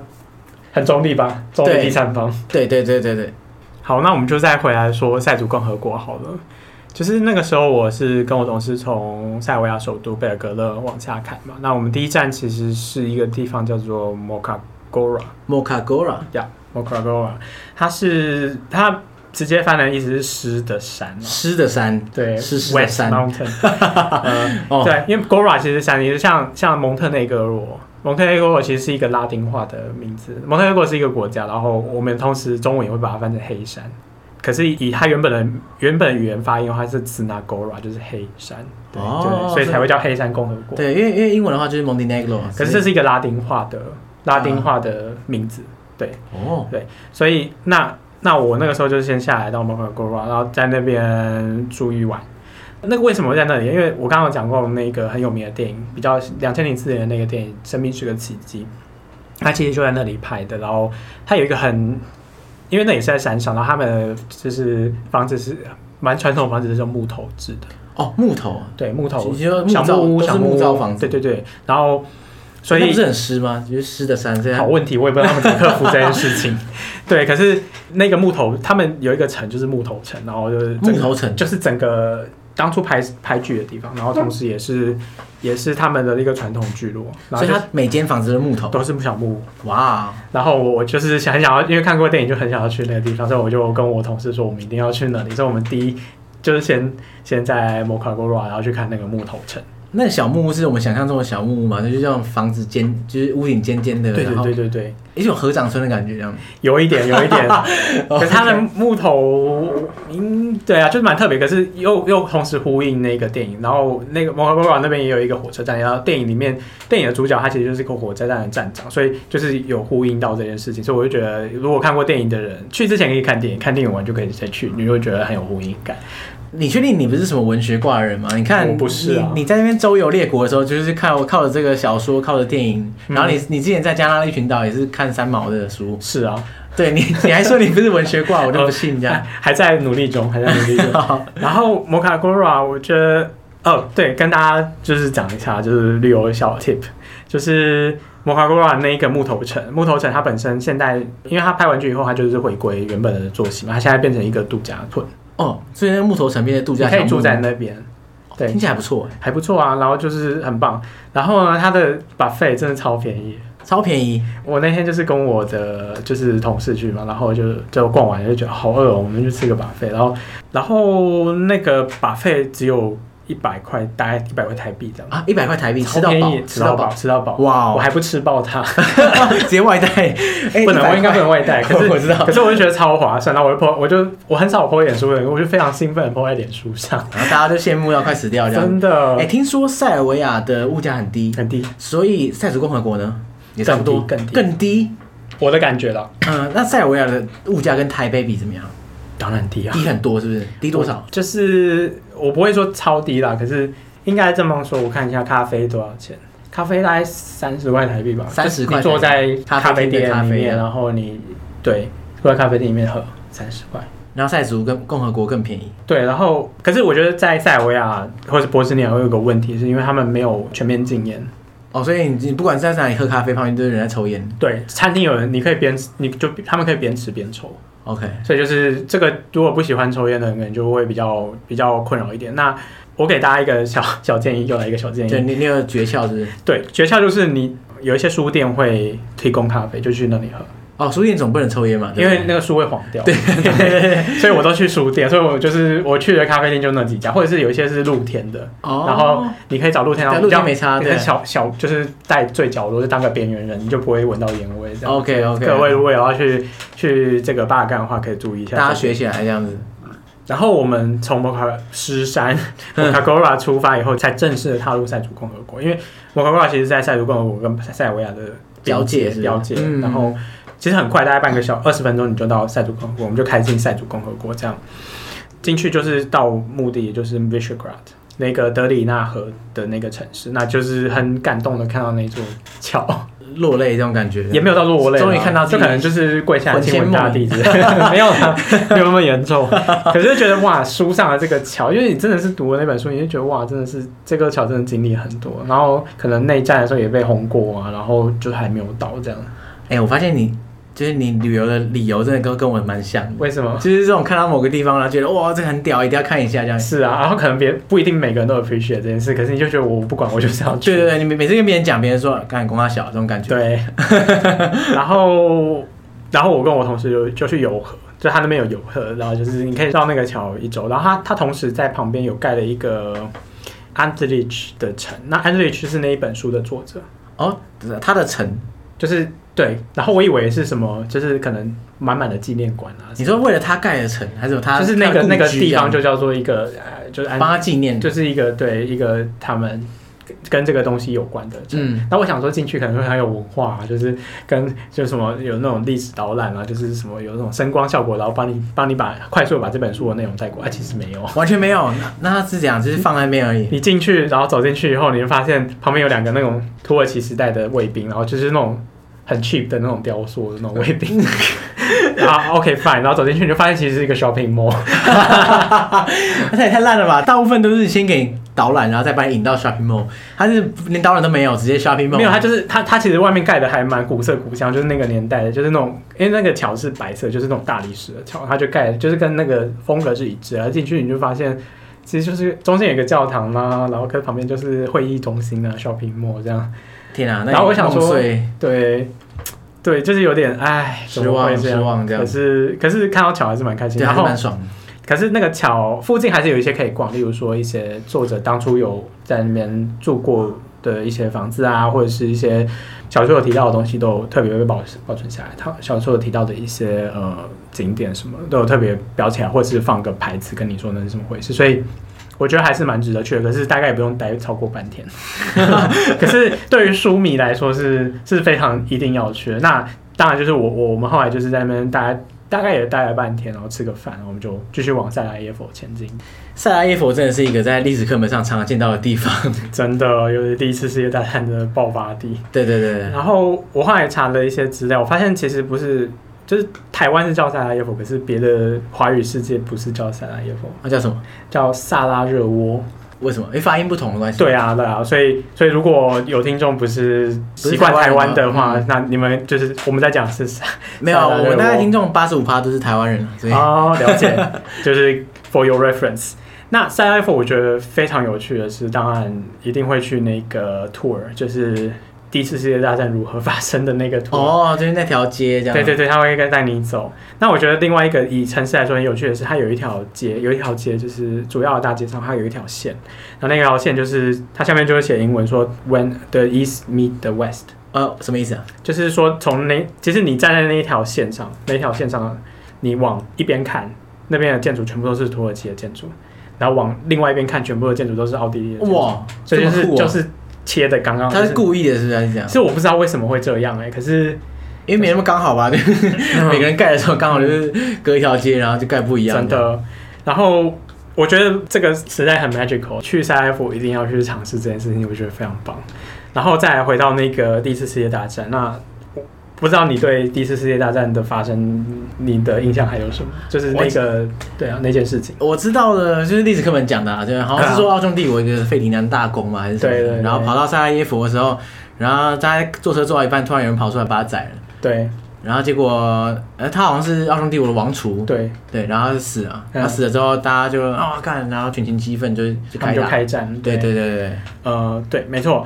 很中立吧，中对立第三方。对对对对对，好，那我们就再回来说塞族共和国好了。就是那个时候，我是跟我同事从塞尔维亚首都贝尔格勒往下开嘛。那我们第一站其实是一个地方叫做 Mokagora。莫卡戈拉，呀 m o k r a g o a 它是它直接翻的意思是湿的山、哦，湿的山，对，是湿的 West 山 [laughs] Mountain，、呃哦对，因为 Gora 其实山，也是像像蒙特内哥罗，蒙特内哥罗其实是一个拉丁化的名字，蒙特内哥罗是一个国家，然后我们同时中文也会把它翻成黑山。可是以它原本的原本语言发音的话是 s n a g o r a 就是黑山，对、哦对，所以才会叫黑山共和国。对，因为因为英文的话就是 Montenegro，可是这是一个拉丁化的拉丁化的名字，对。哦，所以那那我那个时候就先下来到 m o c a g o r a 然后在那边住一晚。那个为什么会在那里？因为我刚刚有讲过那个很有名的电影，比较两千零四年的那个电影《生命是个奇迹》，它其实就在那里拍的。然后它有一个很，因为那也是在山上，然后他们就是房子是蛮传统的房子，是用木头制的，哦，木头，对，木头你说木小造木都屋、是小木木屋造房子对对对。然后所以那不是很湿吗？就是湿的山，这好样，问题，我也不知道他们怎么克服这件事 [laughs] 情。对，可是那个木头，他们有一个城就是木头城，然后就是整木头城就是整个当初排排剧的地方，然后同时也是也是他们的一个传统聚落，所然后以就它每间房子的木头，都是小木屋。哇，然后我我就是想很想要，因为看过电影就很想要去那个地方，所以我就跟我同事说，我们一定要去那里。所以我们第一就是先先在摩卡罗拉，然后去看那个木头城。那个小木屋是我们想象中的小木屋嘛？那就像房子尖，就是屋顶尖尖的，对对然后对对对，一种合掌村的感觉这 [laughs] 样。有一点有一 [laughs] 点，可是它的 OK 木头，嗯，对啊，就是蛮特别。可是又又同时呼应那个电影，然后那个摩卡罗拉那边也有一个火车站，然后电影里面电影的主角他其实就是一个火车站的站长，所以就是有呼应到这件事情。所以我就觉得，如果看过电影的人去之前可以看电影，看电影完就可以再去，你就会觉得很有呼应感。你确定你不是什么文学挂的人吗？你看，我不是啊你你在那边周游列国的时候，就是靠靠着这个小说，靠着电影，嗯然后你、你之前在加那利群岛也是看三毛的书，是 [laughs] 啊，对 [laughs] 你你还说你不是文学挂，我就不信这还样。还在努力中，还在努力中。好 [laughs] 然后摩卡哥拉，我觉得哦，对，跟大家就是讲一下，就是旅游小 tip，就是摩卡哥拉那一个木头城，木头城它本身现在，因为它拍完剧以后，它就是回归原本的作息嘛，它现在变成一个度假村， [laughs] 哦，所以那个木头城边的度你假可小以木住屋在那边，对听，起来还不错欸，还不错啊，然后就是很棒。然后呢，它的 buffet 真的超便宜，超便宜。我那天就是跟我的就是同事去嘛，然后就就逛完就觉得好饿、哦，我们就吃个 buffet，然后然后那个 buffet 只有一百块，大概一百块台币这样，啊，一百块台币吃超到便饱宜，，吃到饱，，吃到饱，哇哦我还不吃爆 [laughs] 它，直接 [laughs] 外带，哎不能， 100我应该不能外带，可是我知道可是我就觉得超划算，然后我就 po，我就我很少 po 脸书的，我就非常兴奋地 po 在脸书上，然后大家就羡慕到快死掉这样真。的哎、听说塞尔维亚的物价很低，很低，所以塞族共和国呢也差不多更低更低。我的感觉了，嗯、那塞尔维亚的物价跟台北比怎么样？当然低啊，低很多是不是？低多少？？就是我不会说超低啦，可是应该这么说。我看一下咖啡多少钱，咖啡大概三十块台币吧。 30就是块你坐在咖咖啡啡店店的咖啡里面，然后你对坐在咖啡店里面喝三十块。然后塞族跟共和国更便宜。对，然后可是我觉得在塞尔维亚或者波斯尼亚会有个问题，是因为他们没有全面禁烟。哦，所以你你不管在哪里喝咖啡，旁边都有人在抽烟。对，餐厅有人你可以边你就他们可以边吃边抽。 OK，所以就是这个，如果不喜欢抽烟的人，可能就会比较比较困扰一点。那我给大家一个小小建议，又来一个小建议，对你你有诀窍是不是？对，诀窍就是你有一些书店会提供咖啡，就去那里喝，哦，书店总不能抽烟嘛，对因不为对那个书会黄掉。对， [laughs] 所以我都去书店，所以我就是我去的咖啡店就那几家，或者是有一些是露天的，哦，然后你可以找露天，然后对露天比较没差对很小小就是在最角落就当个边缘人，你就不会闻到烟味这样。 OK 哦 OK，各位如果有要去去这个坝干的话，可以注意一下。大家学起来这样子。然后我们从摩卡狮山嗯摩卡 g o r a 出发以后，才正式的踏入塞族共和国。因为摩卡 g o r a 其实在塞族共和国跟塞尔维亚的交界是吧交界，嗯然后其实很快，大概半个小二十分钟你就到塞族共和国，我们就开进塞族共和国这样。进去就是到目的，也就是 Visegrad 那个德里纳河的那个城市，那就是很感动的看到那座桥，落泪这种感觉，也没有到落泪啦，终于看到自就己可能就是跪下来魂牵亲吻大地之类 [laughs] 的，没有啊啦，没有那么严重。 [laughs] 可是就觉得哇，书上的这个桥，因为你真的是读了那本书，你就觉得哇，真的是这个桥真的经历很多，然后可能内战的时候也被轰过啊，然后就还没有到这样，哎、我发现你就是你旅游的理由真的跟跟我蛮像的，为什么？就是这种看到某个地方然后觉得哇这个很屌，一定要看一下这样。是啊，然后可能别不一定每个人都 appreciate 这件事，可是你就觉得我不管，我就是要去。对对对，你每每次跟别人讲，别人说啊干公他小这种感觉。对，然后然后我跟我同事就就去游河，就他那边有游河，然后就是你可以到那个桥一周，然后他他同时在旁边有盖了一个。安德烈奇的城，那安德烈奇是那一本书的作者，哦，他的城，就是对。然后我以为是什么，就是可能满满的纪念馆啊，你说为了他盖的城，还是有他就是那个他那的故个居地这方样就叫做一个，呃、就是安帮，他纪念。就是一个对一个他们跟这个东西有关的城。嗯，那我想说进去可能会很有文化、啊，就是跟就什么有那种历史导览啊，就是什么有那种声光效果，然后帮你帮你把快速地把这本书的内容带过来、啊其实没有。完全没有。那那他是怎样？就是放在那边而已。你进去，然后走进去以后，你会发现旁边有两个那种土耳其时代的卫兵，然后就是那种很 cheap 的那种雕塑的那种卫兵。 [laughs] 啊，OK fine，然后走进去你就发现其实是一个 shopping mall，那也太烂了吧！大部分都是先给你导览，然后再把你引到 shopping mall。他是连导览都没有，直啊接 shopping mall。没有，它就是它它其实外面盖的还蛮古色古香，就是那个年代的，就是那种因为那个桥是白色，就是那种大理石的桥，它就盖就是跟那个风格是一致的，然后进去你就发现。其实就是中间有一个教堂啦、然后可是旁边就是会议中心啊、shopping mall 这样。天啊！那然后我想说梦碎对，对，就是有点唉，怎失么会望这失样？望这样可，是可是看到桥还是蛮开心，对，然还是后蛮爽的。可是那个桥附近还是有一些可以逛，例如说一些作者当初有在那边住过的一些房子啊，或者是一些小说有提到的东西，都有特别被保保存下来。他小说有提到的一些呃景点什么，都有特别标起来，或者是放个牌子跟你说那是什么回事，所以。我觉得还是蛮值得去的，可是大概也不用待超过半天。 [laughs] 可是对于书迷来说是是非常一定要去的。那当然就是我我我们后来就是在那边大家大概也待了半天，然后吃个饭，然后我们就继续往塞拉耶佛前进。塞拉耶佛真的是一个在历史课本上常常见到的地方。 [laughs] 真的，又是第一次世界大战的爆发地。对对对对，然后我后来查了一些资料，我发现其实不是，就是台湾是叫塞拉耶佛，可是别的华语世界不是叫塞拉耶佛，那叫什么？叫萨拉热窝。为什么？因为发音不同的关系。对啊，对啊，所以所以如果有听众不是习惯台湾的话，嗯那你们就是我们在讲是啥？没有，啊塞拉热窝我大概听众八十五趴都是台湾人啊，所以哦，了 [laughs] 解，就是 for your reference。那塞拉夫我觉得非常有趣的是，当然一定会去那个 tour，就是第一次世界大战如何发生的那个 tour。哦，就是那条街这样。对对对，他会带你走。那我觉得另外一个以城市来说很有趣的是，它有一条街，有一条街就是主要的大街上，它有一条线，然后那条线就是它下面就会写英文说 When the East meet the West。呃，什么意思啊？就是说从那，其实你站在那一条线上，那一条线上，你往一边看，那边的建筑全部都是土耳其的建筑，然后往另外一边看，全部的建筑都是奥地利的建筑，哇，所以就这是、么酷哦就是切的刚刚、就他是故意的，是不是还是这样其？实我不知道为什么会这样哎、可是因为没那么刚好 [laughs] 吧，就是每个人盖的时候刚好就是隔一条街，然后就盖不一样。真，的，然后我觉得这个实在很 magical，去塞拉夫一定要去尝试这件事情，我觉得非常棒。然后再来回到那个第一次世界大战，那我不知道你对第一次世界大战的发生，你的印象还有什么？就是那个对啊那件事情，我知道的，就是历史课本讲的、啊，对，好像是说奥匈帝国一个费迪南大公嘛，还是什么的对对对然后跑到塞拉耶夫的时候，然后大家坐车坐到一半，突然有人跑出来把他宰了，对然后结果，呃，他好像是奥匈帝国的王储，对，对，然后他就死了，嗯他死了之后，大家就啊干，然后群情激愤，就就开他们就打，开战，对对对对对，呃，对，没错，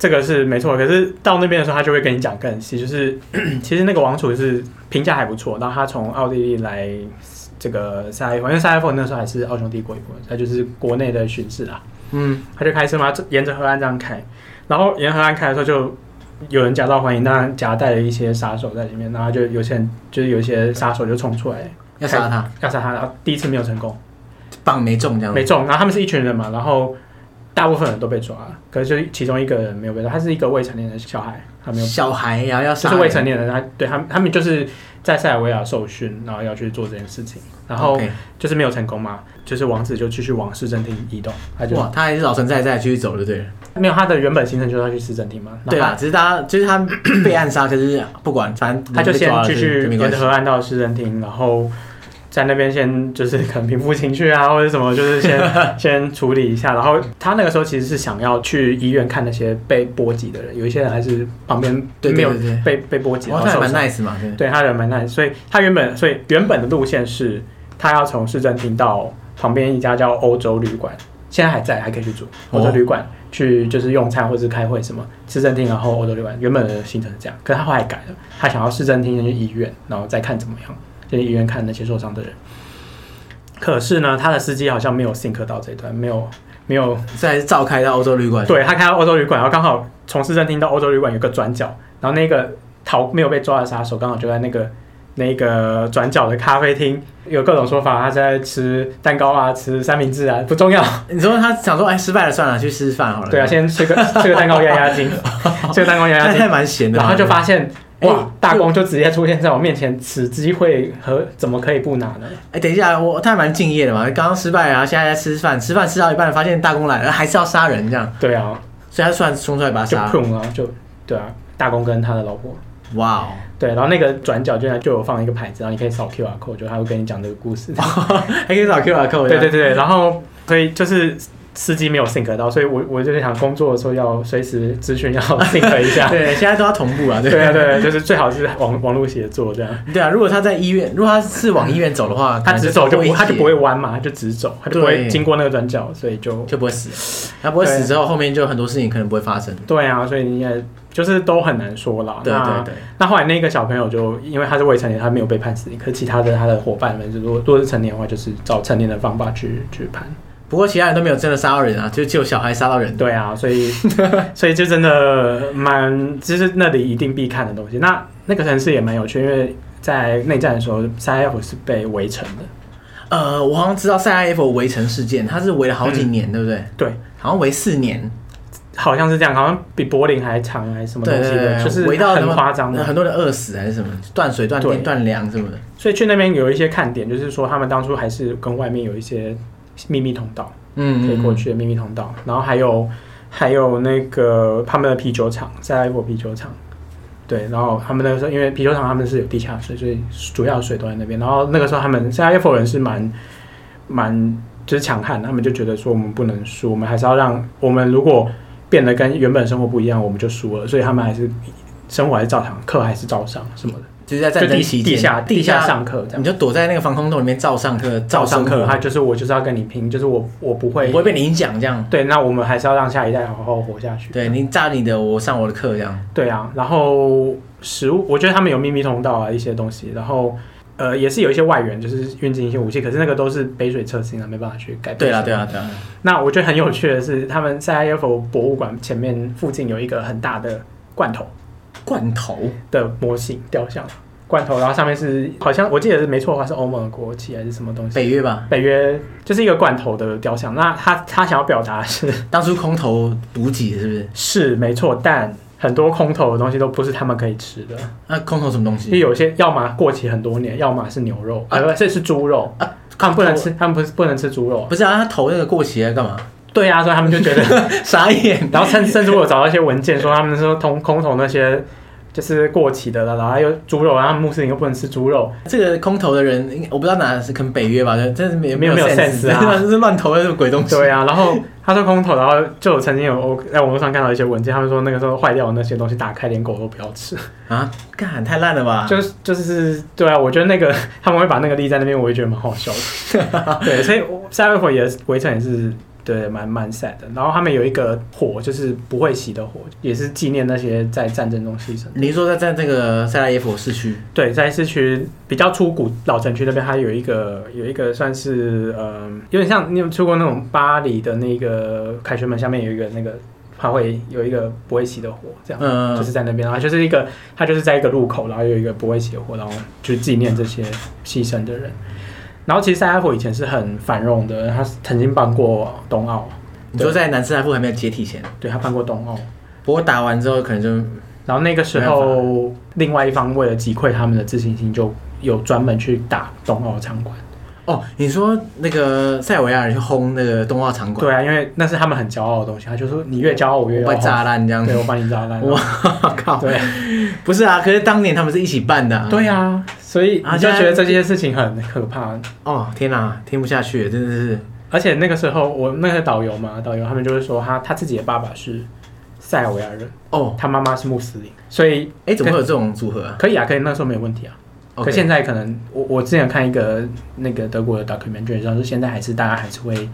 这个是没错。可是到那边的时候，他就会跟你讲更细，就是 [clears throat] 其实那个王储是评价还不错，然后他从奥地利来这个塞埃佛，因为塞埃佛那时候还是奥匈帝国一部分，他就是国内的巡视啦，嗯，他就开车嘛，这沿着河岸这样开，然后沿河岸开的时候就。有人夹道欢迎，当然夹带了一些杀手在里面，然后就有些人就是有一些杀手就冲出来要杀他，要杀他，然后第一次没有成功，棒没中这样子，没中。然后他们是一群人嘛，然后大部分人都被抓了，可是就是其中一个人没有被抓，他是一个未成年的小孩，他没有，小孩然后要就杀是人，未成年人，他对他们他们就是在塞尔维亚受训，然后要去做这件事情，然后 OK 就是没有成功嘛，就是王子就继续往市政厅移动，他就哇，他还是老神在在继续走就对了。没有他的原本行程就是要去市政厅嘛，对啊吧？啦，只是他就是 [clears throat] 他被暗杀，可是不管，反正他就先被抓了继就续没沿关着系河。岸到市政厅，然后在那边先就是可能平复情绪啊，或者什么，就 [laughs] 是先先处理一下。然后他那个时候其实是想要去医院看那些被波及的人，有一些人还是旁边对没对有对对，被被波及，哇，然后他还受蛮 nice 伤。嘛，对，对他人蛮 nice，所以他原本所以原本的路线是他要从市政厅到旁边一家叫欧洲旅馆，现在还在，还可以去住欧洲哦旅馆。去就是用餐或是开会什么，市政厅然后欧洲旅馆原本的行程是这样，可是他后来改了，他想要市政厅先去医院，然后再看怎么样，先去医院看那些受伤的人。可是呢，他的司机好像没有 think 到这一段，没有没有所以还是照开到欧洲旅馆。对他开到欧洲旅馆，然后刚好从市政厅到欧洲旅馆有个转角，然后那个逃没有被抓的杀手刚好就在那个那个转角的咖啡厅， [laughs] 有各种说法，他在吃蛋糕啊，吃三明治啊，不重要。 [laughs] 你说他想说，哎，失败了算了，去吃饭好了。对啊，先吃个 [laughs] 吃个蛋糕压压惊， [laughs] 吃个蛋糕压他压 [laughs] 还惊，蛮闲的，然后就发现。哎哇！大公就直接出现在我面前，此机会和怎么可以不拿呢？哎，等一下，我他还蛮敬业的嘛，刚刚失败了，然啊后现在在吃饭，吃饭吃到一半，发现大公来了，还是要杀人这样，对啊，所以他突然冲出来把他就杀了。砰啊，就对啊，大公跟他的老婆，哇哦，对，然后那个转角居然就有放一个牌子，然后你可以扫 QR 哦 code，就他会跟你讲这个故事。哦还可以找 Q R code。对对对，然后所以就是司机没有 sync 到，所以我我就是想工作的时候要随时资讯要 sync 一下。对，现在都要同步啊，对 [laughs] 对啊，对啊，就是最好是网网络协作这样。对啊，如果他在医院，如果他是往医院走的话，他直走就可能多不，一他节就不会弯嘛，他就直走，他就不会对经过那个转角，所以就就不会死，那不会死之后，后面就很多事情可能不会发生。对啊，所以你也就是都很难说啦。对那对对，那后来那个小朋友就因为他是未成年，他没有被判死刑，可是其他的他的伙伴们，就如果如果是成年的话，就是照成年的方法去去判。不过其他人都没有真的杀到人啊，就只有小孩杀到人。对啊，所 [laughs] 以所以就真的蛮，就是那里一定必看的东西。那那个城市也蛮有趣，因为在内战的时候，塞拉夫是被围城的。呃，我好像知道塞拉耶夫围城事件，他是围了好几年，对不对？嗯对，好像围四年，好像是这样，好像比柏林还长还是什么对东西对的，对，就是围到他很们夸张 [laughs] 的。很多人饿死还是什么，断水、断对电、断粮什么的。所以去那边有一些看点，就是说他们当初还是跟外面有一些秘密通道，可嗯，以过去的秘密通道，然后还有还有那个他们的啤酒厂，塞拉利波啤酒厂。对，然后他们那个时候，因为啤酒厂他们是有地下水，所以主要水都在那边。然后那个时候，他们塞拉利波人是蛮蛮就是强悍的，他们就觉得说我们不能输，我们还是要让我们如果变得跟原本生活不一样，我们就输了。所以他们还是生活还是照常，课还是照上什么的。就是在就战地争期间，地下地下上课这样你。就躲在那个防空洞里面照上课，照上生课，活他就是我就是要跟你拼，就是我我不会不会被你影响这样。对，那我们还是要让下一代好好活下去。对你炸你的，我上我的课这样。对啊，然后食物，我觉得他们有秘密通道啊，一些东西，然后呃也是有一些外援，就是运进一些武器，可是那个都是杯水车薪啊，没办法去改变。对啦，对。啦，对啦。那我觉得很有趣的是，他们在 UFO 博物馆前面附近有一个很大的罐头罐头，的模型雕像，罐头，然后上面是好像我记得是没错的话是欧盟的国旗还是什么东西。北约吧，北约就是一个罐头的雕像，那他他想要表达的是当初空投补给是不是？是没错，但很多空投的东西都不是他们可以吃的，那啊空投什么东因为西？有些要么过期很多年，要么是牛肉，啊呃，不是是猪肉，啊他们不能吃，他们不是不能吃猪肉。不是啊，他投那个过期来干嘛？ [laughs] 对啊，所以他们就觉得，傻眼。然后甚甚至我有找到一些文件说他们说空空投那些就是过期的了，然后还有猪肉，然后他们穆斯林又不能吃 [laughs] 猪肉，这个空投的人，应我不知道哪是，可能北约吧，真是没没有没有 sense 啊真的是 [laughs] 乱投的什么鬼东西。对啊，然后他说空投，然后就有曾经有我在网络上看到一些文件，他们说那个时候坏掉的那些东西打开连狗都不要吃，啊，干太烂了吧？就是就是对啊，我觉得那个 [laughs] 他们会把那个立在那边，我也觉得蛮好笑的。对，所以我下一回也是围城也是对蛮蛮 sad 的。然后他们有一个火，就是不会熄的火，也是纪念那些在战争中牺牲。你是说在在这个塞拉耶夫市区，对，在市区比较出古老城区那边，它有一个有一个算是呃，有点像你有去过那种巴黎的那个凯旋门下面有一个那个，它会有一个不会熄的火，这样。嗯，就是在那边，然后就是一个，他就是在一个路口，然后有一个不会写货，然后就纪念这些牺牲的人。然后其实塞拉夫以前是很繁荣的，他曾经办过冬奥，你说在南斯拉夫还没有解体前，对他办过冬奥。不过打完之后可能就然后那个时候，另外一方为了击溃他们的自信心，就有专门去打冬奥场馆。哦，你说那个塞尔维亚人去轰那个冬奥场馆，对啊，因为那是他们很骄傲的东西，他就说你越骄傲，我越我要被炸烂这样轰，子 [laughs] 对，我把你炸烂。我靠，对不是啊，可是当年他们是一起办的、啊，对啊，所以啊你就现在觉得这些事情很可怕。哦，天哪、听不下去了，真的是，而且那个时候我那个导游嘛，导游他们就是说他他自己的爸爸是塞尔维亚人，哦，他妈妈是穆斯林，所以哎、怎么会有这种组合啊？可以啊，可以那时候没有问题啊。可 OK 现在可能我我之前有看一个那个德国的 documentary，上是现在还是大家还是会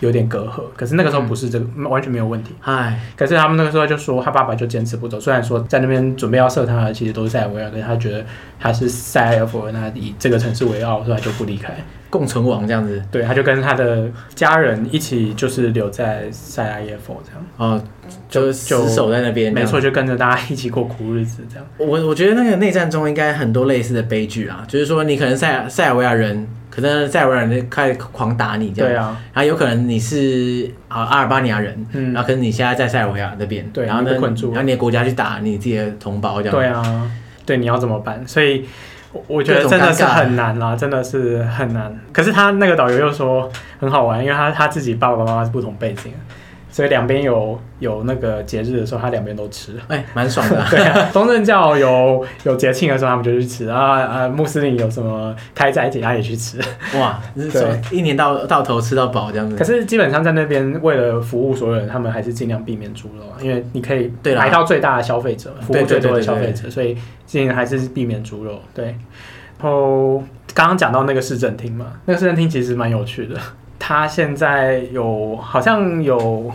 有点隔阂，可是那个时候不是这个、完全没有问题。唉，可是他们那个时候就说他爸爸就坚持不走，虽然说在那边准备要射他的其实都是塞尔维亚人，他觉得他是塞尔维亚人，他以这个城市为傲，所以他就不离开。共存亡这样子，对，他就跟他的家人一起就是留在塞拉耶夫这样，哦，就就死守在那边，没这样错，。就跟着大家一起过苦日子这样。我我觉得那个内战中应该很多类似的悲剧啊，就是说你可能塞塞尔维亚人，可能塞尔维亚人就开始狂打你这样，对啊，然后有可能你是啊阿尔巴尼亚人，嗯然后可是你现在在塞尔维亚那边，对然后呢，你被困住了然后你的国家去打你自己的同胞这样，对啊，对，你要怎么办？所以我我觉各得种真的是尴尬很难啦，真的是很难。可是他那个导游又说很好玩，因为他他自己爸爸妈妈是不同背景，所以两边有有那个节日的时候，他两边都吃。 [laughs] 哎，蛮爽的啊、对啊，东正教有有节庆的时候，他们就去吃啊啊，穆斯林有什么开斋节，他也去吃。哇！这是什么一年到到头吃到饱这样可子，是基本上在那边，为了服务所有人，他们还是尽量避免猪肉，啊，因为你可以对啦买到最大的消费者，服对务对最多对的对消费者，所以尽量还是避免猪肉。对，然后刚刚讲到那个市政厅嘛，那个市政厅其实蛮有趣的，它现在有好像有，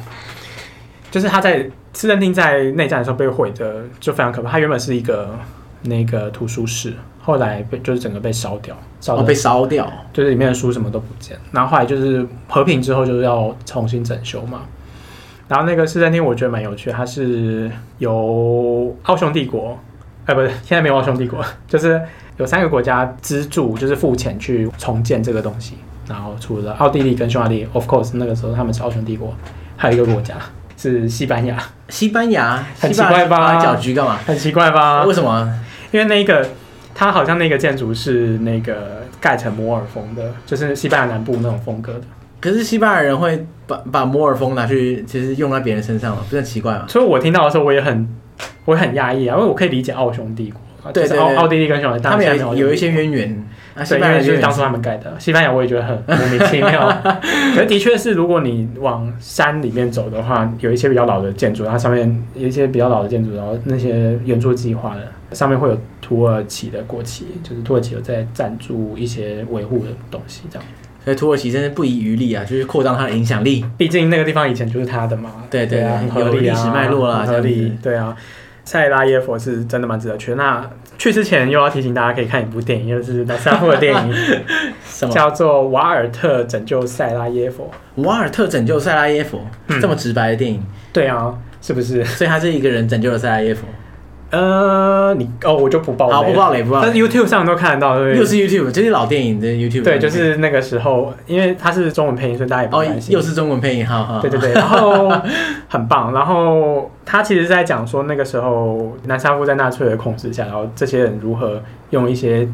就是它在市政厅在内战的时候被毁的就非常可怕，它原本是一个那个图书室，后来被就是整个被烧掉，烧哦，得被烧掉，就是里面的书什么都不见。然后后来就是和平之后，就是要重新整修嘛。然后那个市政厅我觉得蛮有趣的，它是由奥匈帝国，呃，不是，现在没有奥匈帝国，就是有三个国家资助，就是付钱去重建这个东西。然后除了奥地利跟匈牙利，of course 那个时候他们是奥匈帝国，还有一个国家是西班牙，西班牙，很西班牙奇怪吧啊把它搅局干嘛？很奇怪吧？为什么？啊因为那个它好像那个建筑是那个盖成摩尔风的，就是西班牙南部那种风格的。可是西班牙人会把把摩尔风拿去，其实用在别人身上嘛，不是很奇怪吗？所以我听到的时候，我也很，我也很压抑啊，因为我可以理解奥匈帝国啊，对就是对奥对奥地利跟匈牙利，他们当然现在有没有一些渊源，啊，西对，因班牙为人就是当初他们盖的。西班牙我也觉得很莫名其 [laughs] 妙，可是的确是，如果你往山里面走的话，有一些比较老的建筑，它上面有一些比较老的建筑，然后那些援助计划的上面会有土耳其的国旗，就是土耳其有在赞助一些维护的东西，这样。所以土耳其真是不遗余力啊，就是扩张它的影响力。毕竟那个地方以前就是他的嘛，对对对啊，对很合理啊有历史脉络啦很合这样理子，对啊。塞拉耶佛是真的蛮值得去的。那去之前又要提醒大家可以看一部电影，就是南斯拉夫的电 [laughs] 影，什么？叫做《瓦尔特拯救塞拉耶佛》。瓦尔特拯救塞拉耶夫，嗯这么直白的电影，对啊，是不是？所以他是一个人拯救了塞拉耶夫。呃，你哦，我就不爆雷了，好，不爆雷，不爆但是雷。 YouTube 上都看得到，对不对又是 YouTube，这是老电影的 YouTube。对，就是那个时候，因为它是中文配音，所以大家也不哦担，心。又是中文配音，好好。好 [laughs] 对对，对，然后很棒。然后他其实在讲说，那个时候南沙夫在纳粹的控制下，然后这些人如何用一些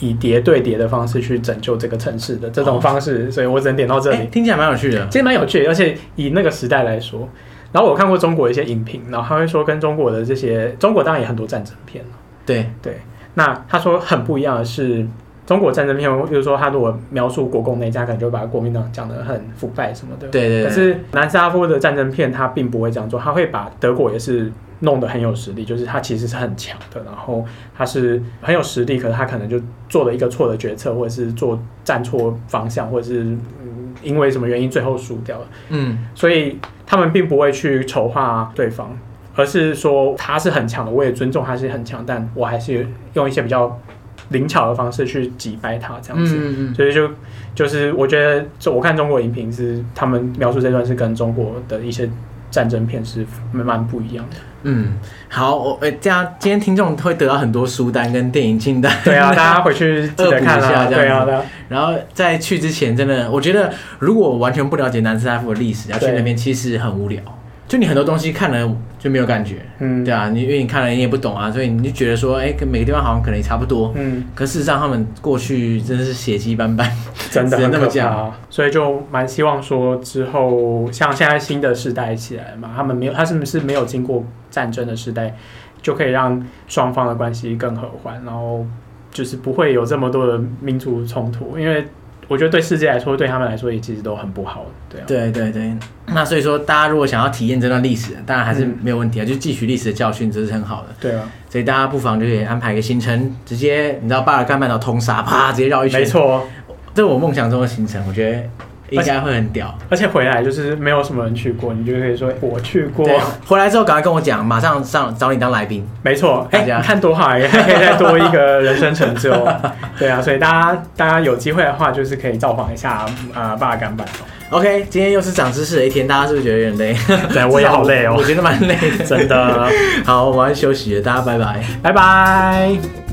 以叠对叠的方式去拯救这个城市的这种方式，所以我只能点到这里哎，。听起来蛮有趣的。其实蛮有趣的，而且以那个时代来说，然后我看过中国一些影评，然后他会说跟中国的这些，中国当然也很多战争片啊对，对，那他说很不一样的是，中国战争片，比如说他如果描述国共内战，可能就把国民党讲得很腐败什么的。对对对可是南斯拉夫的战争片，他并不会这样做，他会把德国也是弄得很有实力，就是他其实是很强的，然后他是很有实力，可是他可能就做了一个错的决策，或者是做站错方向，或者是、嗯、因为什么原因最后输掉了。嗯，所以他们并不会去丑化对方，而是说他是很强的，我也尊重他是很强，但我还是用一些比较灵巧的方式去击败他这样子。嗯嗯嗯，所以就就是我觉得，就我看中国影评是他们描述这段是跟中国的一些战争片是蛮不一样 [laughs] 的。嗯，好，我哎，这样今天听众会得到很多书单跟电影清单。对啊，大家回去记得 [laughs] 看恶补一下啊。这样子对啊，对啊，然后在去之前，真的，我觉得如果完全不了解南斯拉夫的历史，要去对那边其实很无聊。就你很多东西看了就没有感觉，嗯，对啊，你因为你看了你也不懂啊，所以你就觉得说，哎，跟每个地方好像可能也差不多。嗯。可事实上，他们过去真的是血迹斑斑，真的只能很这可么哦怕，讲。所以就蛮希望说之后像现在新的世代起来嘛，他们没有，他是不是没有经过战争的时代，就可以让双方的关系更和缓，然后就是不会有这么多的民族冲突，因为我觉得对世界来说，对他们来说也其实都很不好，对啊，对对对，那所以说，大家如果想要体验这段历史，当然还是没有问题啊，就汲取历史的教训，这是很好的。对啊，所以大家不妨就可以安排一个行程，直接你知道巴尔干半岛通杀，啪，直接绕一圈。没，错，哦这是我梦想中的行程，我觉得应该会很屌。而且回来就是没有什么人去过，你就可以说我去过，对，回来之后赶快跟我讲，马上上找你当来宾。没错，哎、大家你看多好，还 [laughs] 可以再多一个人生成就，对啊，所以大家大家有机会的话，就是可以造访一下啊，巴尔干半岛， OK，今天又是长知识的一天，大家是不是觉得有点累？对我也好 [laughs] 累哦我觉得蛮累的。[laughs] [laughs] 真的，好，我要休息了，大家拜拜。拜拜。